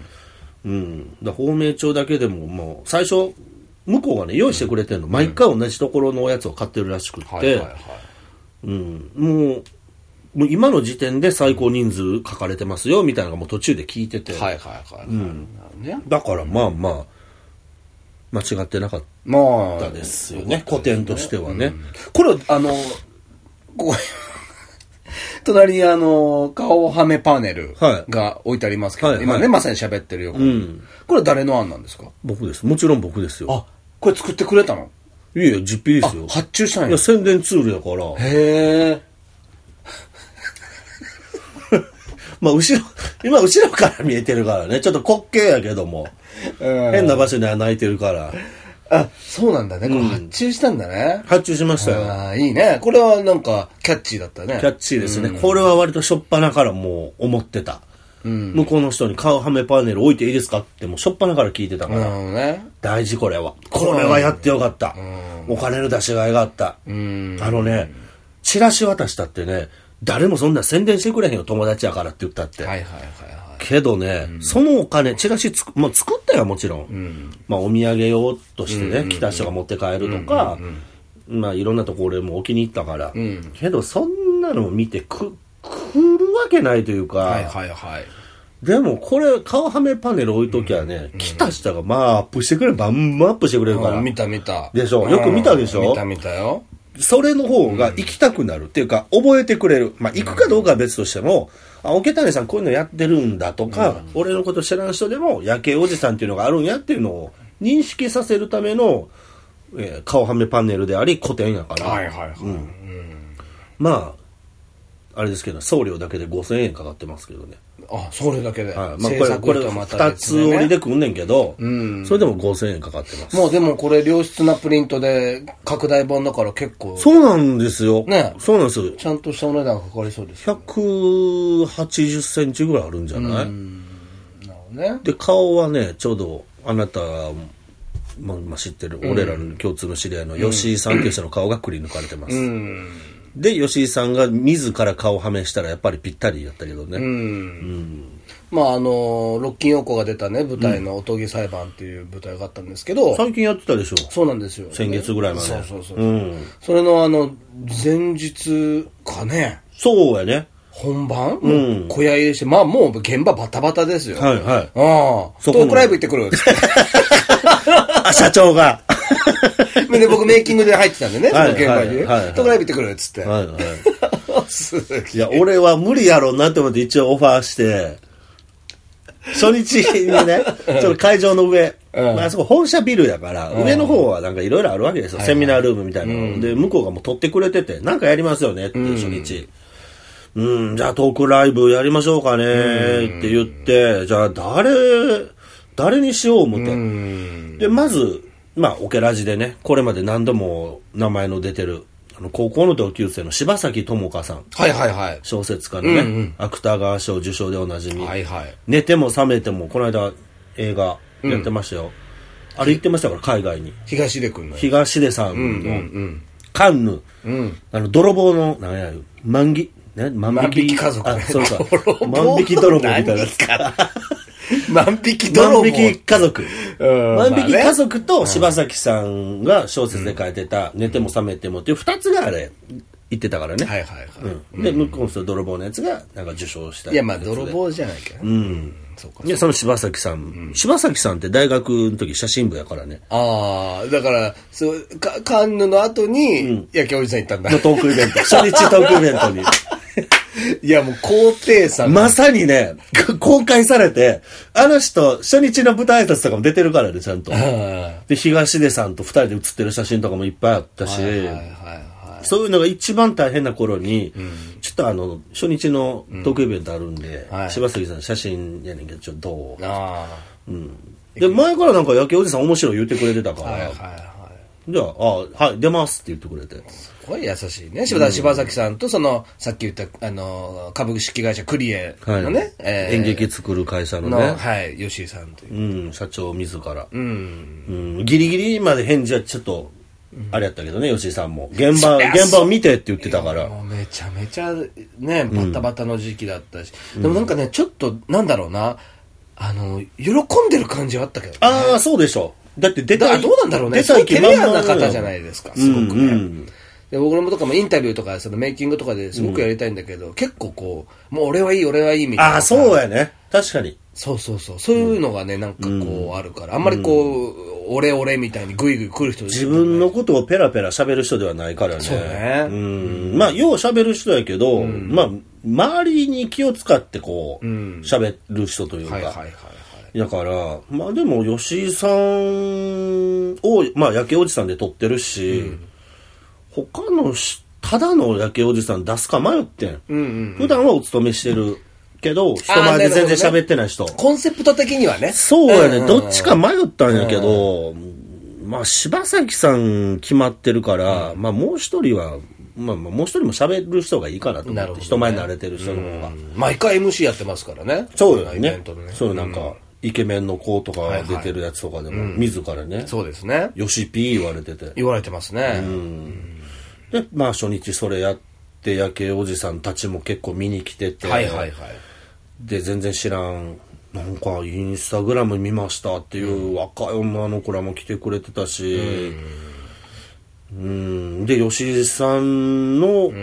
[SPEAKER 1] うんだから芳名帳だけでも、もう最初、向こうがね、用意してくれてるの、毎回同じところのおやつを買ってるらしくって、
[SPEAKER 2] はいはいはい。
[SPEAKER 1] うん、もう、もう今の時点で最高人数書かれてますよ、みたいなのがもう途中で聞いてて、
[SPEAKER 2] はいはいはい。うん。なるほどね。
[SPEAKER 1] だからまあまあ、間違ってなかっ
[SPEAKER 2] ま
[SPEAKER 1] た
[SPEAKER 2] あ、
[SPEAKER 1] ですよね、古典としてはね。
[SPEAKER 2] これ、あの、 [laughs] ここ、隣にあの、顔はめパネル
[SPEAKER 1] はい
[SPEAKER 2] が置いてありますけど、
[SPEAKER 1] はいはい
[SPEAKER 2] 今ね、まさに喋ってる横に、これは誰の案なんですか
[SPEAKER 1] 僕です。もちろん僕ですよ。
[SPEAKER 2] あ、これ作ってくれたの
[SPEAKER 1] いやいや、実費ですよ。
[SPEAKER 2] 発注したん
[SPEAKER 1] い
[SPEAKER 2] や
[SPEAKER 1] や、。宣伝ツールだから。
[SPEAKER 2] へえ。
[SPEAKER 1] まあ、後ろ、 [laughs] 今、後ろから見えてるからね。ちょっと滑稽やけども。変な場所には泣いてるから。
[SPEAKER 2] あ、そうなんだね。これ発注したんだね。
[SPEAKER 1] 発注しましたよ。
[SPEAKER 2] ああ、いいね。これはなんか、キャッチーだったね。
[SPEAKER 1] キャッチーですね。これは割と初っ端からもう思ってた。向こうの人に顔はめパネル置いていいですかってもう初っ端から聞いてたから。
[SPEAKER 2] なるほどね。
[SPEAKER 1] 大事これは。これはやってよかった。お金の出しがいがあった。あのね、チラシ渡したってね、誰もそんな宣伝してくれへんよ、友達やからって言ったって。
[SPEAKER 2] はいはいはいは
[SPEAKER 1] けどね、そのお金、チラシつく、まあ、作ったよ、もちろん。まあ、お土産用としてね、来た人が持って帰るとか、まあ、いろんなとこ俺も置きに行ったから。けど、そんなの見てく、来るわけないというか、
[SPEAKER 2] い。はいはいはい。
[SPEAKER 1] でもこれ、顔はめパネル置いときゃね、来た人がまあ、アップしてくれる、バンバンアップしてくれるか
[SPEAKER 2] あ
[SPEAKER 1] ら。
[SPEAKER 2] 見た見た。
[SPEAKER 1] でしょよく見たでしょ
[SPEAKER 2] うん見た見たよ。
[SPEAKER 1] それの方が行きたくなるっていうか、覚えてくれる。まあ、行くかどうかは別としても、あ、桶谷さんこういうのやってるんだとか、俺のこと知らん人でも、夜景おじさんっていうのがあるんやっていうのを認識させるための、えー顔はめパネルであり、古典やから、
[SPEAKER 2] はいはいはい。
[SPEAKER 1] まあ、あれですけど、送料だけで5000円かかってますけどね。
[SPEAKER 2] あ、それだけで。
[SPEAKER 1] はい。まあ、
[SPEAKER 2] 制
[SPEAKER 1] これ、
[SPEAKER 2] 作
[SPEAKER 1] こ
[SPEAKER 2] 費
[SPEAKER 1] れ
[SPEAKER 2] とまた
[SPEAKER 1] 2
[SPEAKER 2] 別
[SPEAKER 1] つ
[SPEAKER 2] でね
[SPEAKER 1] 折りでくんねんけど、
[SPEAKER 2] ん
[SPEAKER 1] それでも5000円かかってます。
[SPEAKER 2] もうでもこれ良質なプリントで拡大版だから結構、
[SPEAKER 1] そうなんですよ。
[SPEAKER 2] ね
[SPEAKER 1] そうなんですよ。
[SPEAKER 2] ちゃんとしたお値段かかりそうですよ。
[SPEAKER 1] 180センチぐらいあるんじゃない、
[SPEAKER 2] なるほどね。
[SPEAKER 1] で顔はねちょうどあなたまあまあ、知ってる、俺らの共通の知り合いの吉井さんという人の顔がくり抜かれてます、
[SPEAKER 2] うん。
[SPEAKER 1] で吉井さんが自ら顔はめしたらやっぱりぴったりやったけどね、
[SPEAKER 2] まああの、ロッキン陽子が出たね、舞台のおとぎ裁判っていう舞台があったんですけど、
[SPEAKER 1] 最近やってたでしょ
[SPEAKER 2] そうなんですよ。
[SPEAKER 1] 先月ぐらいまで
[SPEAKER 2] そうそうそう。
[SPEAKER 1] うん、
[SPEAKER 2] それのあの、前日かね、
[SPEAKER 1] そうやね
[SPEAKER 2] 本番、もう小屋入りして、まあもう現場バタバタですよ。
[SPEAKER 1] はいはい
[SPEAKER 2] ああ、
[SPEAKER 1] そ
[SPEAKER 2] ト
[SPEAKER 1] この
[SPEAKER 2] ークライブ行ってくる。
[SPEAKER 1] [laughs] あ社長が
[SPEAKER 2] で、僕メイキングで入ってたんでね、そ
[SPEAKER 1] は
[SPEAKER 2] の
[SPEAKER 1] い
[SPEAKER 2] 現場に。
[SPEAKER 1] はいはいはい
[SPEAKER 2] トークライブ行ってくるっつって。
[SPEAKER 1] はいはい
[SPEAKER 2] [laughs] すげえ
[SPEAKER 1] いや俺は無理やろうなって思って一応オファーして初日にね、その会場の上、
[SPEAKER 2] うん
[SPEAKER 1] まああそこ本社ビルやから、上の方はなんかいろいろあるわけですよ、セミナールームみたいなの、で、向こうがもう取ってくれてて、なんかやりますよねっていう初日。うん、じゃあトークライブやりましょうかねって言って、じゃあ誰、誰にしよう思って。で、まず、まあ、オケラジでね、これまで何度も名前の出てる、あの、高校の同級生の柴崎智香さん。
[SPEAKER 2] はいはいはい。
[SPEAKER 1] 小説家のね、芥川賞受賞でおなじみ、
[SPEAKER 2] はいはい。
[SPEAKER 1] 寝ても覚めてもこの間映画やってましたよ、あれ行ってましたから海外に
[SPEAKER 2] 東出君の。
[SPEAKER 1] 東出さんのカンヌ、あの泥棒の何やいう万引ね万
[SPEAKER 2] 万引き家族
[SPEAKER 1] あ
[SPEAKER 2] ね。
[SPEAKER 1] そうか
[SPEAKER 2] [laughs] 泥棒
[SPEAKER 1] 万引き泥棒みたいなやつ
[SPEAKER 2] 何か。万引き泥
[SPEAKER 1] 万
[SPEAKER 2] 棒。
[SPEAKER 1] 引き家族。
[SPEAKER 2] うん
[SPEAKER 1] 万引き
[SPEAKER 2] まあね
[SPEAKER 1] 家族と柴崎さんが小説で書いてた、寝ても覚めてもっていう二つがあれ、行ってたからね。
[SPEAKER 2] はいはいはい。
[SPEAKER 1] で、向こうの人泥棒のやつが、なんか受賞した
[SPEAKER 2] いや、まあ、
[SPEAKER 1] つで
[SPEAKER 2] 泥棒じゃないけどね。うん。そうか。
[SPEAKER 1] いや、その柴崎さん。柴崎さんって大学の時写真部やからね。
[SPEAKER 2] ああ、だから、そう、かカンヌの後に、野球おじさん行ったんだ
[SPEAKER 1] の。トークイベント。 [laughs] 初日トークイベント
[SPEAKER 2] [laughs]
[SPEAKER 1] に。
[SPEAKER 2] いや、もう、高低差が。
[SPEAKER 1] まさにね、公開されて、あの人、初日の舞台挨拶とかも出てるからね、ちゃんと。
[SPEAKER 2] うん
[SPEAKER 1] で、東出さんと二人で写ってる写真とかもいっぱいあったし、
[SPEAKER 2] はいはいは
[SPEAKER 1] そういうのが一番大変な頃に、ちょっとあの、初日のトークイベントあるんで、
[SPEAKER 2] はい
[SPEAKER 1] 柴崎さん写真やねんけど、ちょっとど
[SPEAKER 2] い。あ
[SPEAKER 1] ううん。で、前からなんか野球おじさん面白い言ってくれてたから、
[SPEAKER 2] あ。はいはいはい。
[SPEAKER 1] じゃあ、あはい、出ますって言ってくれて。
[SPEAKER 2] すごい優しいね。柴田柴崎さんと、その、さっき言った、あの、株式会社クリエ
[SPEAKER 1] はい。
[SPEAKER 2] のね、えー
[SPEAKER 1] 演劇作る会社の
[SPEAKER 2] の、
[SPEAKER 1] ね。
[SPEAKER 2] はい、吉井さんという。
[SPEAKER 1] うん、社長自ら。
[SPEAKER 2] うん。
[SPEAKER 1] うん、ギリギリまで返事はちょっと、あれやったけどね、吉井さんも。現場、
[SPEAKER 2] そりゃ
[SPEAKER 1] 現場を見てって言ってたから。
[SPEAKER 2] もうめちゃめちゃ、ね、バタバタの時期だったし。でもなんかね、ちょっと、なんだろうな、あの、喜んでる感じはあったけどね。
[SPEAKER 1] ああ、そうでしょ。だって出
[SPEAKER 2] だか
[SPEAKER 1] た
[SPEAKER 2] ら
[SPEAKER 1] い、
[SPEAKER 2] どうなんだろうね。
[SPEAKER 1] 出
[SPEAKER 2] す
[SPEAKER 1] た
[SPEAKER 2] ご
[SPEAKER 1] い
[SPEAKER 2] い
[SPEAKER 1] 気
[SPEAKER 2] 照
[SPEAKER 1] 満
[SPEAKER 2] れ
[SPEAKER 1] 々
[SPEAKER 2] 屋な
[SPEAKER 1] よ
[SPEAKER 2] 方じゃないですか、すご
[SPEAKER 1] う
[SPEAKER 2] くね。
[SPEAKER 1] んうん
[SPEAKER 2] で僕もとかもインタビューとかそのメイキングとかですごくやりたいんだけど、結構こう、もう俺はいい、俺はいいみたいな。
[SPEAKER 1] ああ、そうやね。確かに。
[SPEAKER 2] そうそうそう。そういうのがね、なんかこうあるから、あんまりこう、俺俺みたいにグイグイ来る人
[SPEAKER 1] 自分のことをペラペラ喋る人ではないからね。
[SPEAKER 2] そうね
[SPEAKER 1] うん。まあ、よう喋る人やけど、まあ、周りに気を使ってこう、喋る人というか。
[SPEAKER 2] はいはいはいはい。
[SPEAKER 1] だから、まあでも、吉井さんを、まあ、焼けおじさんで撮ってるし、他のし、ただの焼けおじさん出すか迷ってん。
[SPEAKER 2] うんうん。
[SPEAKER 1] 普段はお勤めしてるけど、人前で全然喋ってない人。
[SPEAKER 2] コンセプト的にはね。
[SPEAKER 1] そうやね、
[SPEAKER 2] ん
[SPEAKER 1] どっちか迷ったんやけど、まあ、柴崎さん決まってるから、まあ、もう一人は、まあ、まあもう一人も喋る人がいいかなと思
[SPEAKER 2] な
[SPEAKER 1] っ
[SPEAKER 2] る
[SPEAKER 1] て、
[SPEAKER 2] ほどね
[SPEAKER 1] 人前に慣れてる人の方が。
[SPEAKER 2] 毎回 MC やってますからね。
[SPEAKER 1] そうよ
[SPEAKER 2] イベ
[SPEAKER 1] ね
[SPEAKER 2] ントの。ね。
[SPEAKER 1] そう、なんか、イケメンの子とか出てるやつとかでも、自らね、
[SPEAKER 2] そうですね。
[SPEAKER 1] よしぴー言われてて。
[SPEAKER 2] 言われてますね。
[SPEAKER 1] で、まあ初日それやって、夜景おじさんたちも結構見に来てて、
[SPEAKER 2] はいはいはい。
[SPEAKER 1] で、全然知らん、なんかインスタグラム見ましたっていう若い女の子らも来てくれてたし、うん、で、吉井さんのフ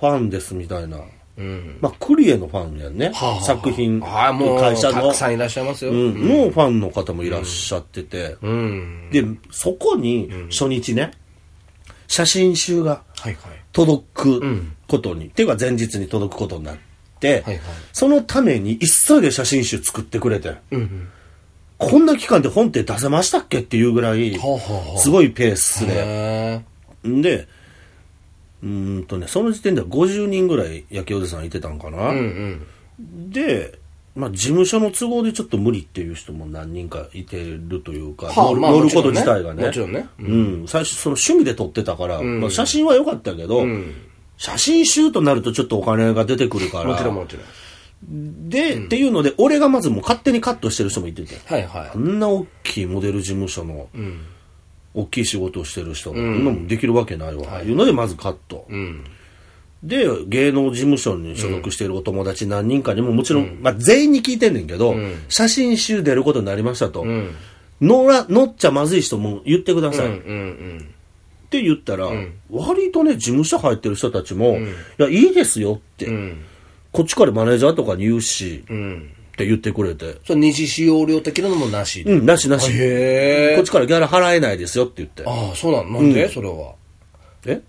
[SPEAKER 1] ァンですみたいな。
[SPEAKER 2] うん。
[SPEAKER 1] まあ、クリエのファンやね。
[SPEAKER 2] はあはあ
[SPEAKER 1] 作品、
[SPEAKER 2] ああ、もう、
[SPEAKER 1] 会社
[SPEAKER 2] た
[SPEAKER 1] の
[SPEAKER 2] く、さんいらっしゃいますよ。
[SPEAKER 1] う。ん、のファンの方もいらっしゃってて。
[SPEAKER 2] うん。
[SPEAKER 1] で、そこに、初日ね、写真集が
[SPEAKER 2] はいはい。
[SPEAKER 1] 届くことに、っていうか前日に届くことになって、
[SPEAKER 2] はいはい
[SPEAKER 1] そのために急いで写真集作ってくれて、
[SPEAKER 2] うんうん。
[SPEAKER 1] こんな期間で本って出せましたっけっていうぐらい
[SPEAKER 2] はあ、はあはあ
[SPEAKER 1] すごいペースで、
[SPEAKER 2] へ
[SPEAKER 1] んで、うーんとね、その時点では50人ぐらい野球おじさんいてたんかな、
[SPEAKER 2] え。うんうん。
[SPEAKER 1] で、まあ、事務所の都合でちょっと無理っていう人も何人かいてるというか、
[SPEAKER 2] はあ
[SPEAKER 1] 乗る
[SPEAKER 2] まあ
[SPEAKER 1] 乗る
[SPEAKER 2] もちろ
[SPEAKER 1] こ
[SPEAKER 2] ん
[SPEAKER 1] と
[SPEAKER 2] ね
[SPEAKER 1] 自体がね。
[SPEAKER 2] もちろんね
[SPEAKER 1] うん。最初、その趣味で撮ってたから、まあ、写真は良かったけど、写真集となるとちょっとお金が出てくるから。
[SPEAKER 2] もちろんもちろん。
[SPEAKER 1] で、っていうので、俺がまずもう勝手にカットしてる人もいてて。
[SPEAKER 2] はいはい
[SPEAKER 1] あ。んな大きいモデル事務所の、大きい仕事をしてる人が、今もできるわけないわ、い、うのでまずカット、
[SPEAKER 2] ん
[SPEAKER 1] で芸能事務所に所属しているお友達何人かにももちろん、まあ、全員に聞いてんねんけど、写真集出ることになりましたと、乗ら乗っちゃまずい人も言ってください、
[SPEAKER 2] うんうん
[SPEAKER 1] って言ったら、割とね事務所入ってる人たちも、いやいいですよって、こっちからマネージャーとかに言うし、
[SPEAKER 2] うん。うん。
[SPEAKER 1] って言ってくれて
[SPEAKER 2] その二次使用料的なのもなし。
[SPEAKER 1] うんなしなし、
[SPEAKER 2] へ
[SPEAKER 1] こっ
[SPEAKER 2] え。
[SPEAKER 1] ちからギャラ払えないですよって言って。
[SPEAKER 2] ああ、そうなのなんでそれは。 [laughs]
[SPEAKER 1] え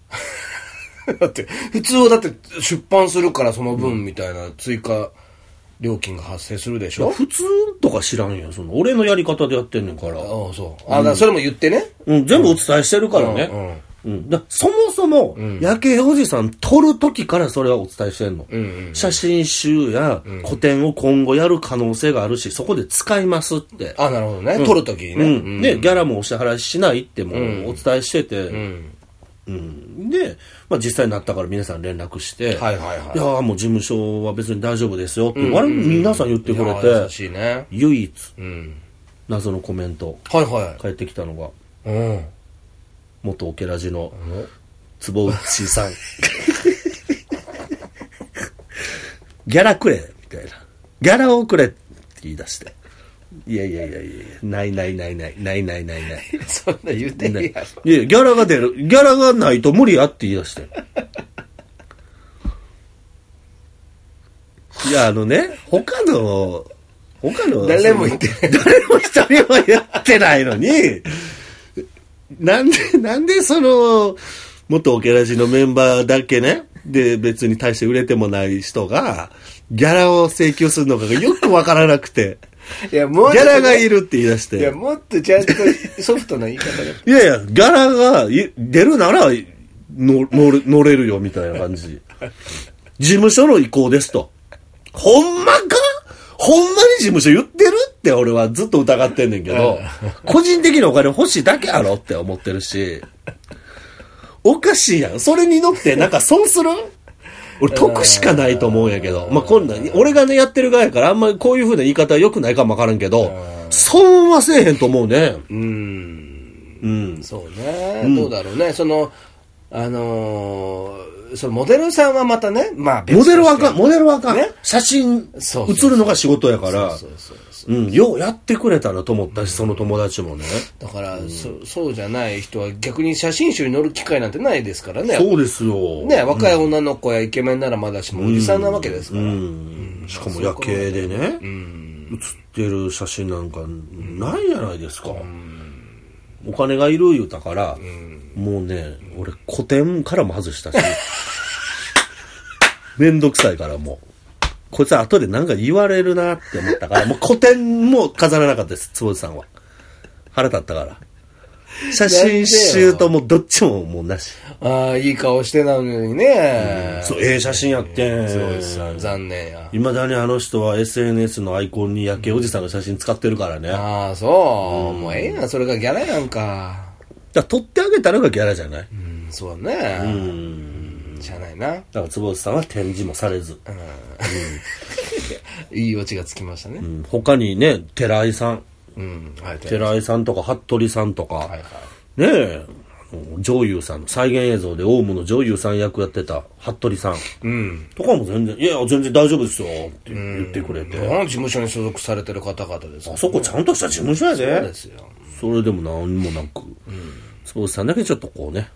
[SPEAKER 2] だって、普通はだって出版するからその分みたいな追加料金が発生するでしょ
[SPEAKER 1] 普通とか知らんよ。その、俺のやり方でやってんねんから。
[SPEAKER 2] ああ、そう。ああ、だからそれも言ってね。
[SPEAKER 1] うん、全部お伝えしてるからね。
[SPEAKER 2] うんうん
[SPEAKER 1] うんだそもそも、夜景おじさん撮る時からそれはお伝えしてんの。写真集や個展を今後やる可能性があるし、そこで使いますって。
[SPEAKER 2] ああ、なるほどね。取るときにね。
[SPEAKER 1] う
[SPEAKER 2] うん
[SPEAKER 1] ん。で、ギャラもお支払いしないってもうお伝えしてて。うんで、まあ実際になったから皆さん連絡して。
[SPEAKER 2] はいはいは
[SPEAKER 1] い
[SPEAKER 2] い
[SPEAKER 1] やーもう事務所は別に大丈夫ですよって。あれ皆さん言ってくれ
[SPEAKER 2] いや優
[SPEAKER 1] て。
[SPEAKER 2] しいね。
[SPEAKER 1] 唯一
[SPEAKER 2] うん。
[SPEAKER 1] 謎のコメント
[SPEAKER 2] はいは
[SPEAKER 1] 返ってきたのが
[SPEAKER 2] い。うん。
[SPEAKER 1] 元オケラジの坪内さんギャラくれみたいなギャラをくれって言い出していやいやいやいやいやないないないないないないないない
[SPEAKER 2] [laughs] そんな言うて
[SPEAKER 1] ない
[SPEAKER 2] ん
[SPEAKER 1] い
[SPEAKER 2] や
[SPEAKER 1] やギャラが出るギャラがないと無理やって言い出していや、あのね、他の、他の、
[SPEAKER 2] 誰も言って
[SPEAKER 1] ない。誰も一人もやってないのに、なんで、なんでその、元オケラジのメンバーだけね、で、別に大して売れてもない人が、ギャラを請求するのかがよくわからなくて、
[SPEAKER 2] いや、
[SPEAKER 1] ギ
[SPEAKER 2] もっと
[SPEAKER 1] ャラがいるって言い出して。
[SPEAKER 2] いや、もっとちゃんとソフトな言い方で。
[SPEAKER 1] いやいや、ギャラがい出るならの乗れ乗れるよみたいな感 [laughs] じ。事務所の意向ですと。ほんまかほんまに事務所言ってるって俺はずっと疑ってんねんけど、個人的にお金欲しいだけやろって思ってるし、おかしいやん。それに乗ってなんか損する俺得しかないと思うんやけど、まあ、こんなん、俺がね、やってる側やからあんまりこういう風な言い方は良くないかもわからんけど、損はせえへんと思うね。
[SPEAKER 2] うん。
[SPEAKER 1] うん。
[SPEAKER 2] そうね、どうだろうね。その、あのーそのモデルさんはまたね、まあ別
[SPEAKER 1] モ
[SPEAKER 2] とし
[SPEAKER 1] デ
[SPEAKER 2] て
[SPEAKER 1] ルはあかん、モデルはあかん。
[SPEAKER 2] ね
[SPEAKER 1] 写真、
[SPEAKER 2] そうそうそ
[SPEAKER 1] 写るのが仕事やから。
[SPEAKER 2] そうそうそう。
[SPEAKER 1] うん、ようやってくれたなと思ったし、その友達もね。
[SPEAKER 2] だから、そ、そうじゃない人は逆に写真集に載る機会なんてないですからね。
[SPEAKER 1] そうですよ。
[SPEAKER 2] ね、若い女の子やイケメンならまだしも、おじさんなわけですから。
[SPEAKER 1] うん。しかも夜景でね、写ってる写真なんかないじゃないですか。お金がいる言うたから、もうね、俺古典からも外した [laughs] し、めんどくさいからもう。こいつは後でなんか言われるなって思ったから、もう古典も飾らなかったです、坪井さんは。腹立ったから。写真集ともどっちももうなし。
[SPEAKER 2] ああ、いい顔してなのにね。
[SPEAKER 1] そう、ええ写真やってん。
[SPEAKER 2] すごいですね残念や。
[SPEAKER 1] いまだにあの人は SNS のアイコンに夜景おじさんの写真使ってるからね。だか
[SPEAKER 2] ああ、そう。もうええやん。それがギャラやんか。
[SPEAKER 1] ら撮ってあげたのがギャラじゃない、
[SPEAKER 2] うん、そうね。うん。しゃあないな。
[SPEAKER 1] だから坪内さんは展示もされず。
[SPEAKER 2] いいオチがつきましたね。
[SPEAKER 1] うん他にね、寺井さん。
[SPEAKER 2] うん。はい。
[SPEAKER 1] 寺井さんとか服部さんとか、
[SPEAKER 2] はいはい。
[SPEAKER 1] ねえ、あの女優さん、再現映像でオウムの女優さん役やってた服部さん
[SPEAKER 2] うん。
[SPEAKER 1] とかも全然、いや、全然大丈夫ですよって言ってくれて。
[SPEAKER 2] 事務所に所属されてる方々です
[SPEAKER 1] あ。そこちゃんとした事務所や
[SPEAKER 2] そう
[SPEAKER 1] で
[SPEAKER 2] で。すよ。
[SPEAKER 1] それでも何もなく。坪内さんだけちょっとこうね、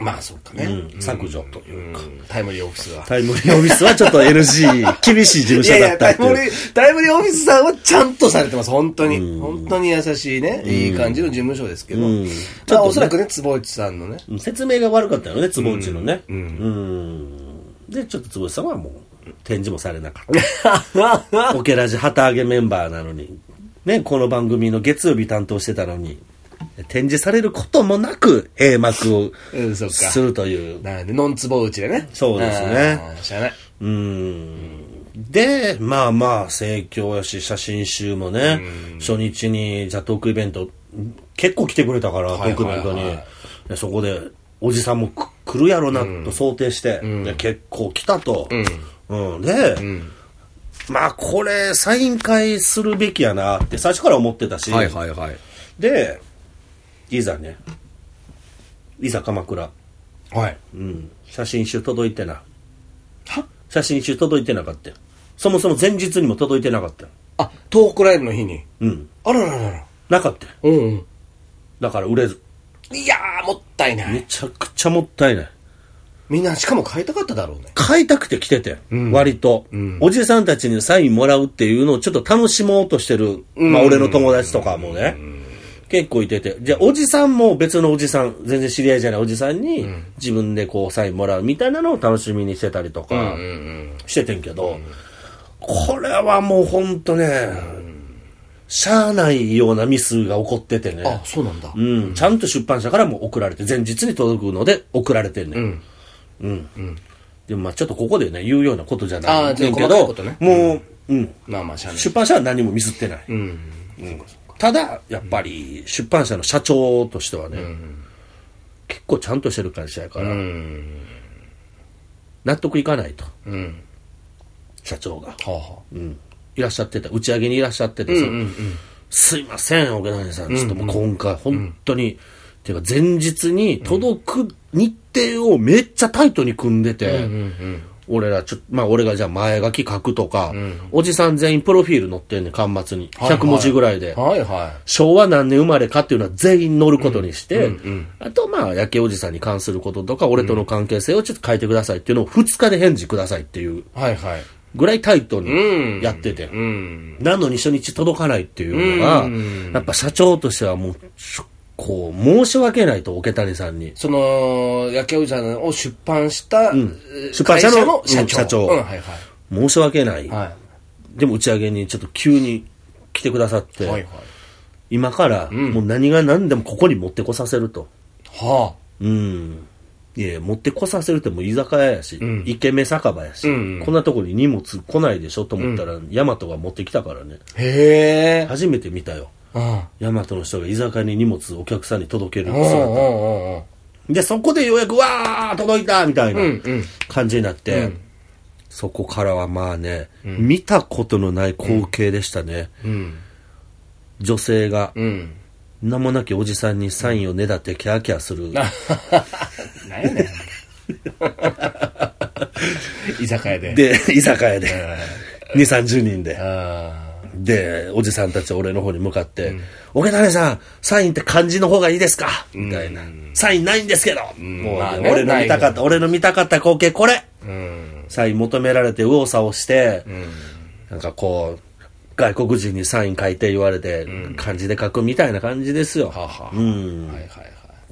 [SPEAKER 2] まあ、そうかね。
[SPEAKER 1] うん削除という
[SPEAKER 2] うん。タイムリーオフィスは。
[SPEAKER 1] タイムリーオフィスはちょっと NG、厳しい事務
[SPEAKER 2] い
[SPEAKER 1] 所
[SPEAKER 2] やい
[SPEAKER 1] だった
[SPEAKER 2] や、タ
[SPEAKER 1] っ
[SPEAKER 2] イ
[SPEAKER 1] ていう。
[SPEAKER 2] ムリー、タイムリーオフィスさんはちゃんとされてます。本当に。本当に優しいね。いい感じの事務所ですけど。まあ、おそらくね、坪内さんのね。
[SPEAKER 1] うん説明が悪かったよね、坪内のね。うん。で、ちょっと坪内さんはもう、展示もされなか
[SPEAKER 2] [laughs]
[SPEAKER 1] った。オケラジ旗揚げメンバーなのに、ね、この番組の月曜日担当してたのに、展示されることもなく、閉幕を
[SPEAKER 2] うんそっか
[SPEAKER 1] するという。
[SPEAKER 2] なんで、ノン坪内でね。
[SPEAKER 1] そうですね
[SPEAKER 2] あー。しゃあない。
[SPEAKER 1] うん。で、まあまあ、盛況やし、写真集もね、初日に、じゃあトークイベント、結構来てくれたから、
[SPEAKER 2] はいはい
[SPEAKER 1] トークイベントに。でそこで、おじさんもく来るやろな、と想定して、で結構来たと。うんで、まあこれ、サイン会するべきやなって最初から思ってたし、
[SPEAKER 2] いはい。
[SPEAKER 1] で、いざね、いざ鎌倉。
[SPEAKER 2] はい。
[SPEAKER 1] うん、写真集届いてな写真集届いてなかったよそもそも前日にも届いてなかったよ
[SPEAKER 2] あ、トークライブの日に。
[SPEAKER 1] うん
[SPEAKER 2] あらららら。
[SPEAKER 1] なかったよ
[SPEAKER 2] うんうん。
[SPEAKER 1] だから売れず
[SPEAKER 2] いやー、もったいな
[SPEAKER 1] め
[SPEAKER 2] い。
[SPEAKER 1] ちゃくちゃもったいない
[SPEAKER 2] みんな、しかも買いたかっただろうね。
[SPEAKER 1] 買いたくて来てて、
[SPEAKER 2] ん
[SPEAKER 1] 割と、おじさんたちにサインもらうっていうのをちょっと楽しもうとしてる、まあ俺の友達とかもね、結構いてて、じゃあおじさんも別のおじさん、全然知り合いじゃないおじさんに、自分でこうサインもらうみたいなのを楽しみにしてたりとか、しててんけど、これはもうほんとね、しゃあないようなミスが起こっててね。
[SPEAKER 2] あ、そうなんだ
[SPEAKER 1] う。ん、ちゃんと出版社からも送られて、前日に届くので送られてんねん。うん。でもまあちょっとここでね、言うようなことじゃ
[SPEAKER 2] あ
[SPEAKER 1] ない
[SPEAKER 2] ーちょ
[SPEAKER 1] ね
[SPEAKER 2] っ
[SPEAKER 1] ん
[SPEAKER 2] と
[SPEAKER 1] け
[SPEAKER 2] 細かい
[SPEAKER 1] ど
[SPEAKER 2] ことね、
[SPEAKER 1] もう、うん、
[SPEAKER 2] まあまあ、しゃあない。
[SPEAKER 1] 出版社は何もミスってない。うんただ、やっぱり、出版社の社長としてはね、結構ちゃんとしてる会社やから、
[SPEAKER 2] うん。
[SPEAKER 1] 納得いかないと、
[SPEAKER 2] うん。
[SPEAKER 1] 社長が。
[SPEAKER 2] はあはあ。
[SPEAKER 1] うんいらっしゃってた、打ち上げにいらっしゃっててさ、すいません、オケナさん、ちょっともう今回、本当に、ていうか前日に届く日程をめっちゃタイトに組んでて、俺らちょ、まあ俺がじゃあ前書き書くとか、おじさん全員プロフィール載ってんねん、端末に。100文字ぐらいで。
[SPEAKER 2] はいは
[SPEAKER 1] 昭和何年生まれかっていうのは全員乗ることにして、あとまあ、焼けおじさんに関することとか、俺との関係性をちょっと書いてくださいっていうのを2日で返事くださいっていう
[SPEAKER 2] い。はいはい。
[SPEAKER 1] ぐらいタイト
[SPEAKER 2] うん
[SPEAKER 1] にやってて、
[SPEAKER 2] うん。
[SPEAKER 1] なのに初日届かないっていうのが、
[SPEAKER 2] うん
[SPEAKER 1] やっぱ社長としてはもう、ちょこう、申し訳ないと、桶谷さんに。
[SPEAKER 2] その、焼きおじさんを出版した、
[SPEAKER 1] ん
[SPEAKER 2] えー
[SPEAKER 1] 出版社の
[SPEAKER 2] 会社
[SPEAKER 1] う
[SPEAKER 2] の社長。
[SPEAKER 1] ん社長
[SPEAKER 2] うん、はいは
[SPEAKER 1] 申し訳ない。
[SPEAKER 2] い。は
[SPEAKER 1] でも打ち上げにちょっと急に来てくださっ
[SPEAKER 2] い。
[SPEAKER 1] て、
[SPEAKER 2] はいはい。
[SPEAKER 1] 今からもう何が何でもここに持ってこさせると。
[SPEAKER 2] は
[SPEAKER 1] うん。いや持ってこさせるってもう居酒屋やし、
[SPEAKER 2] ん
[SPEAKER 1] イケメン酒場やし、
[SPEAKER 2] うんうん
[SPEAKER 1] こんなとこに荷物来ないでしょと思ったら、ヤマトが持ってきたからね。
[SPEAKER 2] あ。へえ。
[SPEAKER 1] 初めて見たよ。
[SPEAKER 2] うん。
[SPEAKER 1] ヤマトの人が居酒屋に荷物お客さんに届ける
[SPEAKER 2] うんうん
[SPEAKER 1] 姿。
[SPEAKER 2] うんうん。
[SPEAKER 1] で、そこでようやく、わー届いたみたいな
[SPEAKER 2] うんうん
[SPEAKER 1] 感じになって、そこからはまあね、見たことのない光景でしたね。
[SPEAKER 2] うん。
[SPEAKER 1] 女性が、
[SPEAKER 2] [laughs] うん。
[SPEAKER 1] 名もなきおじさんにサインをねだってキャーキャーする。
[SPEAKER 2] なんやね [laughs] ん。居酒屋で。
[SPEAKER 1] で、居酒屋で、2、30人で。
[SPEAKER 2] あ
[SPEAKER 1] で、おじさんたち俺の方に向かって、桶谷さん、サインって漢字の方がいいですかみたいな。サインないんですけど、もう、
[SPEAKER 2] まあね
[SPEAKER 1] 俺の見たか
[SPEAKER 2] な
[SPEAKER 1] っ
[SPEAKER 2] い
[SPEAKER 1] た、俺の見たかった光景これ
[SPEAKER 2] ーうん。
[SPEAKER 1] サイン求められて右往左往して、なんかこう、外国人にサイン書いて言われて、漢字で書くみたいな感じですよ。
[SPEAKER 2] はあはあ
[SPEAKER 1] うん。
[SPEAKER 2] はいはいはい。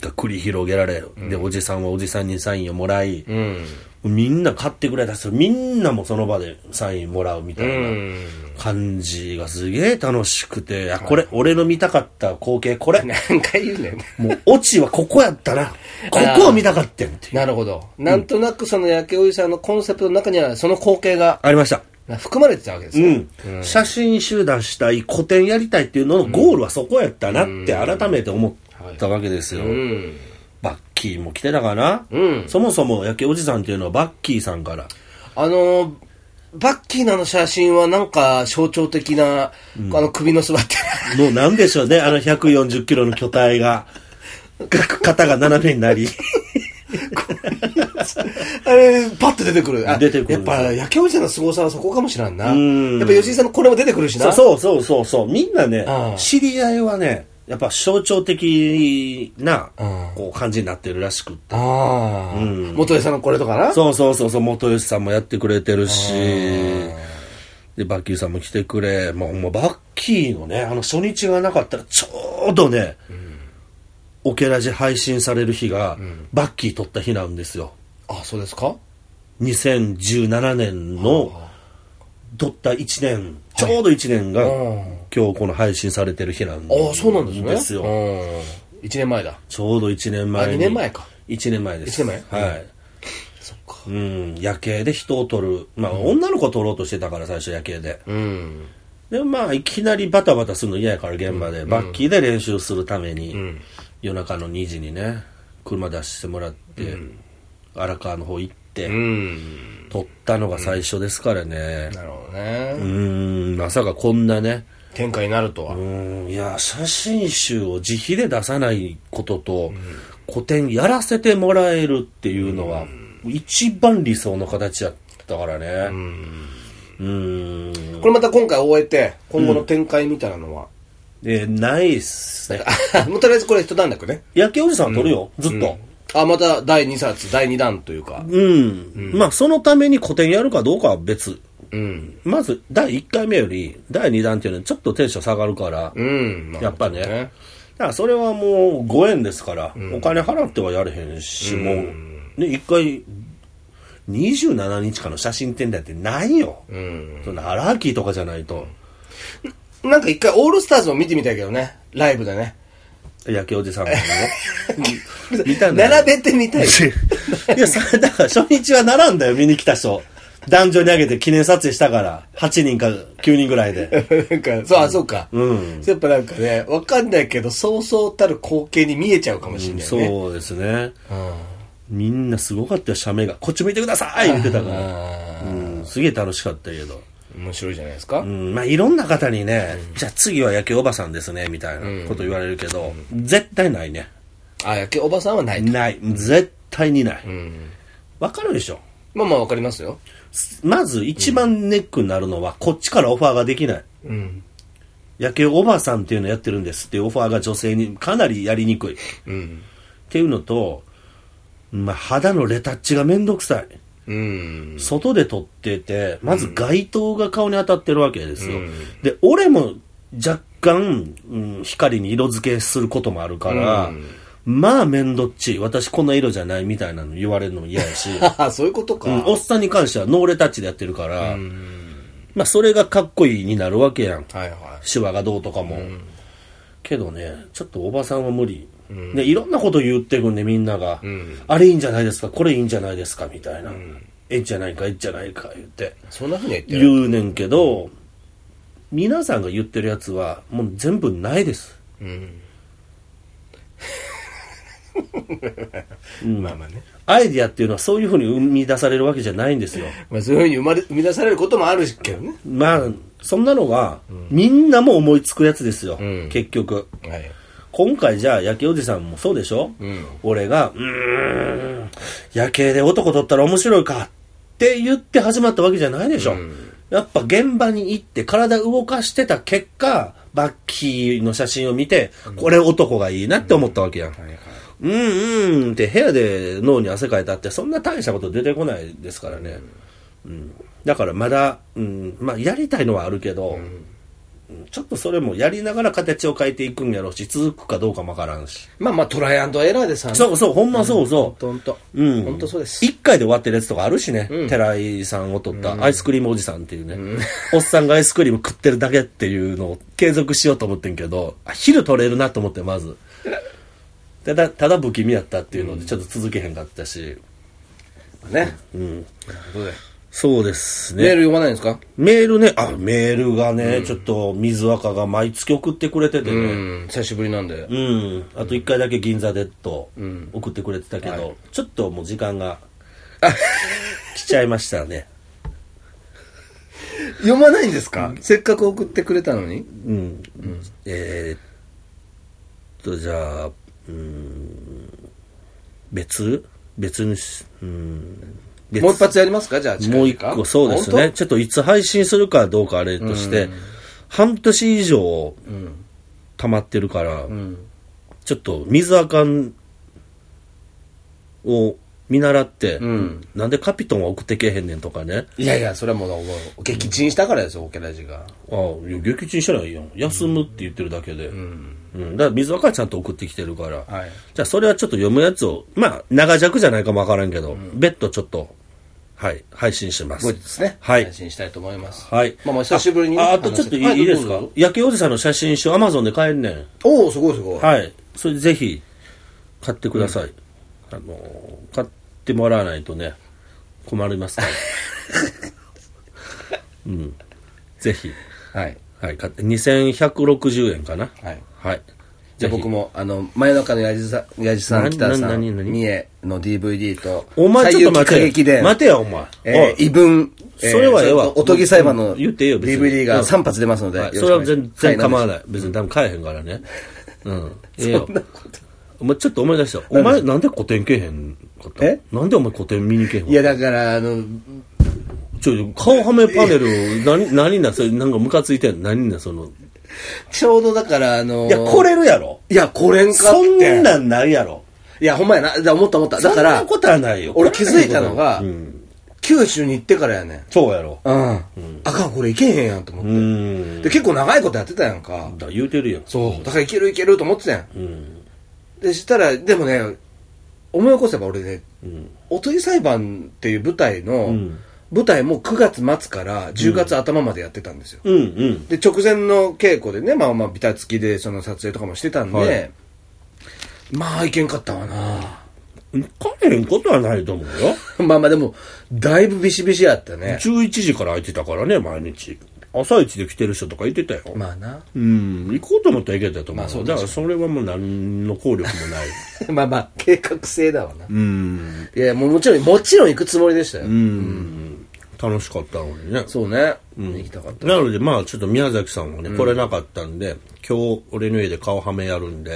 [SPEAKER 1] が繰り広げられ、で、おじさんはおじさんにサインをもらい、
[SPEAKER 2] うん。
[SPEAKER 1] みんな買ってくれた人、みんなもその場でサインもらうみたいうな。
[SPEAKER 2] ん。
[SPEAKER 1] 感じがすげえ楽しくて、いやこれ、俺の見たかった光景、これ。
[SPEAKER 2] 何回言うねん。
[SPEAKER 1] もう、オチはここやったな。ここを見たかったんっていう。
[SPEAKER 2] なるほど。なんとなくその焼けおじさんのコンセプトの中にはその光景が
[SPEAKER 1] ありました。
[SPEAKER 2] 含まれてたわけです
[SPEAKER 1] う
[SPEAKER 2] ね。
[SPEAKER 1] ん。写真集団したい、古典やりたいっていうののゴールはそこやったなって改めて思ったわけですよ。
[SPEAKER 2] うん。
[SPEAKER 1] バッキーも来てたかな、
[SPEAKER 2] うん
[SPEAKER 1] そもそも、焼けおじさんっていうのはバッキーさんから。
[SPEAKER 2] あの、バッキーナの写真はなんか象徴的な、あの首の座って
[SPEAKER 1] もうなんでしょうね、あの140キロの巨体が。肩が斜めになり。
[SPEAKER 2] [laughs] あれ、パッと出てくる。あ
[SPEAKER 1] 出てくる
[SPEAKER 2] やっぱ、焼けおじさんの凄さはそこかもしらんな。
[SPEAKER 1] ん
[SPEAKER 2] やっぱ、吉井さんのこれも出てくるしな。
[SPEAKER 1] そうそうそうそうそうみんなね
[SPEAKER 2] うん
[SPEAKER 1] 知り合いはねやっぱ象徴的な
[SPEAKER 2] うん
[SPEAKER 1] こう感じになってるらしくって
[SPEAKER 2] ああ、元江さんのこれとか [laughs] な。
[SPEAKER 1] そうそうそうそう元吉さんもやってくれてるしでバッキーさんも来てくれもうもうバッキーのねあの初日がなかったらちょうどね、オケラジ配信される日が、バッキー撮った日なんですよ
[SPEAKER 2] あ、そうですか
[SPEAKER 1] 2017年の撮った1年ちょうど1年が、
[SPEAKER 2] うん。
[SPEAKER 1] 今日この配信されてる日なん
[SPEAKER 2] ああ、そうなんですね。
[SPEAKER 1] ですよ
[SPEAKER 2] うん。1年前だ。
[SPEAKER 1] ちょうど1年前に。
[SPEAKER 2] あ二年前か。
[SPEAKER 1] 1年前です。
[SPEAKER 2] 一年前
[SPEAKER 1] はい。
[SPEAKER 2] そっか。
[SPEAKER 1] うん、夜景で人を撮る。まあ、女の子撮ろうとしてたから、最初夜景で。
[SPEAKER 2] うん。
[SPEAKER 1] で、まあ、いきなりバタバタするの嫌やから、現場で。バッキーで練習するために、夜中の2時にね、車出してもらって、荒川の方行って、
[SPEAKER 2] うん。
[SPEAKER 1] 撮ったのが最初ですからね。
[SPEAKER 2] なるほどね。
[SPEAKER 1] うん、まさかこんなね、
[SPEAKER 2] 展開になるとは。
[SPEAKER 1] うんいや写真集を自費で出さないことと、個展やらせてもらえるっていうのは、一番理想の形やったからねうん
[SPEAKER 2] これまた今回終えて、今後の展開みたいなのは。
[SPEAKER 1] えないっすね
[SPEAKER 2] あもうとりあえずこれ一段落ね。
[SPEAKER 1] 焼けおじさん撮るよ、ずっと
[SPEAKER 2] あ、また第2冊、第2弾というか。
[SPEAKER 1] うん、まあそのために個展やるかどうかは別
[SPEAKER 2] うん。
[SPEAKER 1] まず第1回目より第2弾っていうのはちょっとテンション下がるから、
[SPEAKER 2] うん。
[SPEAKER 1] やっぱね。だからそれはもうご縁ですから、お金払ってはやれへんし、もう、ね、一回、27日間の写真展だってないよ。
[SPEAKER 2] うん。
[SPEAKER 1] そんなアラーキーとかじゃないと、
[SPEAKER 2] なんか一回オールスターズを見てみたいけどね。ライブでね。
[SPEAKER 1] 焼けおじさんもね。 [laughs] 見たんだよ
[SPEAKER 2] 並べて
[SPEAKER 1] [laughs]
[SPEAKER 2] みたい。
[SPEAKER 1] いや、さだから初日は並んだよ、見に来た人。壇上に上げて記念撮影したから、8人か9人ぐらい [laughs] で。
[SPEAKER 2] なんか、そう、あ、そうか。
[SPEAKER 1] うん
[SPEAKER 2] やっぱなんかね、わかんないけど、そうそうたる光景に見えちゃうかもしれないね。
[SPEAKER 1] そうですね。
[SPEAKER 2] うん。
[SPEAKER 1] みんなすごかったよ、写メが。こっち向いてください言ってたから。
[SPEAKER 2] あ
[SPEAKER 1] うん、すげえ楽しかったけど。
[SPEAKER 2] ー面白いじゃないですか
[SPEAKER 1] う。ん、まあいろんな方にね、じゃあ次は野球おばさんですね、みたいなこと言われるけど、絶対ないね。
[SPEAKER 2] あ、野球おばさんはないと。
[SPEAKER 1] ない。絶対にない。
[SPEAKER 2] うん。
[SPEAKER 1] わかるでしょ。
[SPEAKER 2] まあまあわかりますよ。
[SPEAKER 1] まず一番ネックになるのは、こっちからオファーができない。
[SPEAKER 2] うん。
[SPEAKER 1] 野球おばさんっていうのやってるんですっていうオファーが女性にかなりやりにくい。っ
[SPEAKER 2] うん。
[SPEAKER 1] ていうのと、まあ肌のレタッチがめんどくさい。
[SPEAKER 2] ううん。 [laughs]
[SPEAKER 1] 外で撮ってて、まず街灯が顔に当たってるわけですよ。で、俺も若干、うん、光に色付けすることもあるから、まあ面倒っちい。私こんな色じゃないみたいなの言われるのも嫌やし、
[SPEAKER 2] あ [laughs] あ、そういうことか。
[SPEAKER 1] うんおっさんに関してはノーレタッチでやってるから、まあそれがかっこいいになるわけやん。
[SPEAKER 2] はいは
[SPEAKER 1] 手話がどうとかも。けどね、ちょっとおばさんは無理。で、いろんなこと言ってくんで、みんなが、あれいいんじゃないですか、これいいんじゃないですか、みたいな。ええんじゃないか、ええんじゃないか、言って。
[SPEAKER 2] い。そんなふうには言ってる。
[SPEAKER 1] 言うねんけど、皆さんが言ってるやつは、もう全部ないです。
[SPEAKER 2] うん。
[SPEAKER 1] うん
[SPEAKER 2] [laughs] まあまあね。
[SPEAKER 1] アイディアっていうのはそういうふうに生み出されるわけじゃないんですよ。
[SPEAKER 2] まあそういうふうに生まれ、生み出されることもあるけどね。
[SPEAKER 1] まあ、そんなのは、みんなも思いつくやつですよ、
[SPEAKER 2] うん
[SPEAKER 1] 結局。
[SPEAKER 2] はい。
[SPEAKER 1] 今回じゃあ、夜景おじさんもそうでしょ、
[SPEAKER 2] ん
[SPEAKER 1] 俺が、うーん、夜景で男撮ったら面白いかって言って始まったわけじゃないでしょ、やっぱ現場に行って体動かしてた結果、バッキーの写真を見て、これ男がいいなって思ったわけやん。
[SPEAKER 2] はいはい。
[SPEAKER 1] うん、うん、って部屋で脳に汗かいたって、そんな大したこと出てこないですからね。うん。だからまだ、うん、まあやりたいのはあるけど、うんちょっとそれもやりながら形を変えていくんやろうし、続くかどうかもわからんし。
[SPEAKER 2] まあまあ、トライアンドエラーでさ。
[SPEAKER 1] そうそう、ほんまそうそ
[SPEAKER 2] ほんと
[SPEAKER 1] う。うん。
[SPEAKER 2] ほんとそうです。
[SPEAKER 1] 一回で終わってるやつとかあるしね。寺井さんを撮ったアイスクリームおじさんっていうね。 [laughs] おっさんがアイスクリーム食ってるだけっていうのを継続しようと思ってんけど、あ昼撮れるなと思って、まず。ただ、ただ不気味やったっていうので、ちょっと続けへんかったし。
[SPEAKER 2] ね。
[SPEAKER 1] うん。
[SPEAKER 2] どうだよ
[SPEAKER 1] そうです
[SPEAKER 2] メー
[SPEAKER 1] ね。
[SPEAKER 2] ル読まないんですか
[SPEAKER 1] メールね、あ、メールがね、ちょっと水垢が毎月送ってくれててね。
[SPEAKER 2] うん。久しぶりなんで。
[SPEAKER 1] うん、あと1回だけ銀座でと送ってくれてたけど、
[SPEAKER 2] は
[SPEAKER 1] ちょっともう時間が来ちゃいました
[SPEAKER 2] [laughs]
[SPEAKER 1] ね、
[SPEAKER 2] 読まないんですかせっかく送ってくれたのに。
[SPEAKER 1] うんえーっとじゃあうん別別にしうん別
[SPEAKER 2] もう一発やりますかじゃあ近
[SPEAKER 1] もう
[SPEAKER 2] 々
[SPEAKER 1] 一個そうですねちょっといつ配信するかどうかあれとして、半年以上溜まってるから、ちょっと水あかんを見習って、
[SPEAKER 2] ん
[SPEAKER 1] なんでカピトンは送ってけえへんねんとかね。
[SPEAKER 2] いやいや、それはもう、もう撃沈したからですよ、オケラジが。
[SPEAKER 1] ああ、いや撃沈したらいいやん。休むって言ってるだけで。うん。だから水あかんはちゃんと送ってきてるから。
[SPEAKER 2] はい
[SPEAKER 1] じゃあそれはちょっと読むやつを、まあ、長尺じゃないかもわからんけど、別途ちょっと、はい、配信します。
[SPEAKER 2] 後日ですね。
[SPEAKER 1] はい
[SPEAKER 2] 配信したいと思います。
[SPEAKER 1] はい。
[SPEAKER 2] まあまあ、久しぶりにね。
[SPEAKER 1] ああとちょっといい,、
[SPEAKER 2] 話せて
[SPEAKER 1] ですか
[SPEAKER 2] はどうぞ
[SPEAKER 1] 焼けおじさんの写真集、アマゾンで買えんねん。
[SPEAKER 2] おお、すごいすごい。
[SPEAKER 1] はい。それぜひ、買ってください。あのー、買ってもらわないとね、困り [laughs] ますから。うん。ぜひ、
[SPEAKER 2] はい。
[SPEAKER 1] はい、買って、2160円かな。
[SPEAKER 2] はい。
[SPEAKER 1] はい。
[SPEAKER 2] じゃあ
[SPEAKER 1] ぜひ
[SPEAKER 2] 僕も、あの、真夜中のやじさん、やじさん、
[SPEAKER 1] な
[SPEAKER 2] 北田さ、
[SPEAKER 1] なん何何
[SPEAKER 2] 三重の DVD と、
[SPEAKER 1] お前ちょっと待
[SPEAKER 2] 過激
[SPEAKER 1] て
[SPEAKER 2] で
[SPEAKER 1] よ。、待てよ、お前。
[SPEAKER 2] え
[SPEAKER 1] お
[SPEAKER 2] ー、
[SPEAKER 1] い
[SPEAKER 2] 異文、えー
[SPEAKER 1] それはええわ
[SPEAKER 2] ちょっとおとぎ裁判の
[SPEAKER 1] うん言ってええよ別に
[SPEAKER 2] DVD
[SPEAKER 1] うん
[SPEAKER 2] が3発出ますので、
[SPEAKER 1] はいそれは全然構わ
[SPEAKER 2] ない。
[SPEAKER 1] ない。別に多分買えへんからね。
[SPEAKER 2] [laughs]
[SPEAKER 1] うん。ええよ。お前ちょっと思い出した。お前なんで古典けえへんかった
[SPEAKER 2] え
[SPEAKER 1] なんでお前古典見にけえへんか
[SPEAKER 2] い
[SPEAKER 1] った
[SPEAKER 2] や、だから、あの、
[SPEAKER 1] ちょ、顔はめパネル、何、何な、それ、なんかムカついてんの何な、その。
[SPEAKER 2] ちょうどだから、あの、
[SPEAKER 1] いや、これるやろ。
[SPEAKER 2] いや、これんか
[SPEAKER 1] そ
[SPEAKER 2] っ
[SPEAKER 1] ん
[SPEAKER 2] て。
[SPEAKER 1] なんないやろ。
[SPEAKER 2] いや、ほんまやな。だ思った思った。だか
[SPEAKER 1] そ
[SPEAKER 2] ら
[SPEAKER 1] んな、ことはないよ。
[SPEAKER 2] 俺気づいたのが
[SPEAKER 1] うん、
[SPEAKER 2] 九州に行ってからやねん。
[SPEAKER 1] そうやろ。
[SPEAKER 2] うん。あかん、これいけへんやんと思
[SPEAKER 1] う
[SPEAKER 2] って。
[SPEAKER 1] ん。
[SPEAKER 2] で、結構長いことやってたやんか。
[SPEAKER 1] だ、言うてるやん。
[SPEAKER 2] そう。だからいけるいけると思ってたやん。
[SPEAKER 1] うん。
[SPEAKER 2] で、したら、でもね、思い起こせば俺ね、
[SPEAKER 1] うん。
[SPEAKER 2] おとぎ裁判っていう舞台の
[SPEAKER 1] ん、
[SPEAKER 2] 舞台も9月末から10月頭までやってたんですよ。
[SPEAKER 1] うん、うん。
[SPEAKER 2] で、直前の稽古でね、まあまあ、ビタつきでその撮影とかもしてたんで、
[SPEAKER 1] はい
[SPEAKER 2] まあ、いけんかったわな [laughs]
[SPEAKER 1] 帰れんことはないと思うよ。
[SPEAKER 2] まあまあ、でも、だいぶビシビシやったね。
[SPEAKER 1] 11時から空いてたからね、毎日。朝一で来てる人とかいてたよ。
[SPEAKER 2] まあな。
[SPEAKER 1] うん、行こうと思ったら行けたと思う。
[SPEAKER 2] まあそう
[SPEAKER 1] だ
[SPEAKER 2] だ
[SPEAKER 1] からそれはもう何の効力も
[SPEAKER 2] [laughs]
[SPEAKER 1] ない。
[SPEAKER 2] まあまあ、計画性だわな。
[SPEAKER 1] うん。
[SPEAKER 2] いや、もうもちろん、もちろん行くつもりでしたよ。
[SPEAKER 1] うん。楽しかったのにね。
[SPEAKER 2] そうね。行きたかった。
[SPEAKER 1] なので、まあ、ちょっと宮崎さんはね、来れなかったんで、今日、俺の家で顔はめやるん
[SPEAKER 2] [laughs]
[SPEAKER 1] で、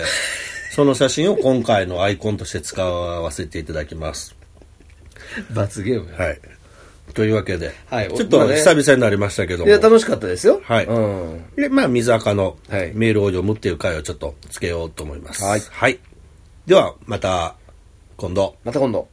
[SPEAKER 1] その写真を今回のアイコンとして使わせていただきます。
[SPEAKER 2] 罰ゲームや
[SPEAKER 1] はい。というわけで、
[SPEAKER 2] はい
[SPEAKER 1] ちょっと
[SPEAKER 2] まあね
[SPEAKER 1] 久々になりましたけど
[SPEAKER 2] い
[SPEAKER 1] も、
[SPEAKER 2] や、楽しかったですよ。
[SPEAKER 1] はい
[SPEAKER 2] うん。
[SPEAKER 1] で、まあ、水垢の
[SPEAKER 2] はい
[SPEAKER 1] メールを読むっていう回をちょっとつけようと思います。
[SPEAKER 2] はい
[SPEAKER 1] はい。では、また、今度。
[SPEAKER 2] また今度。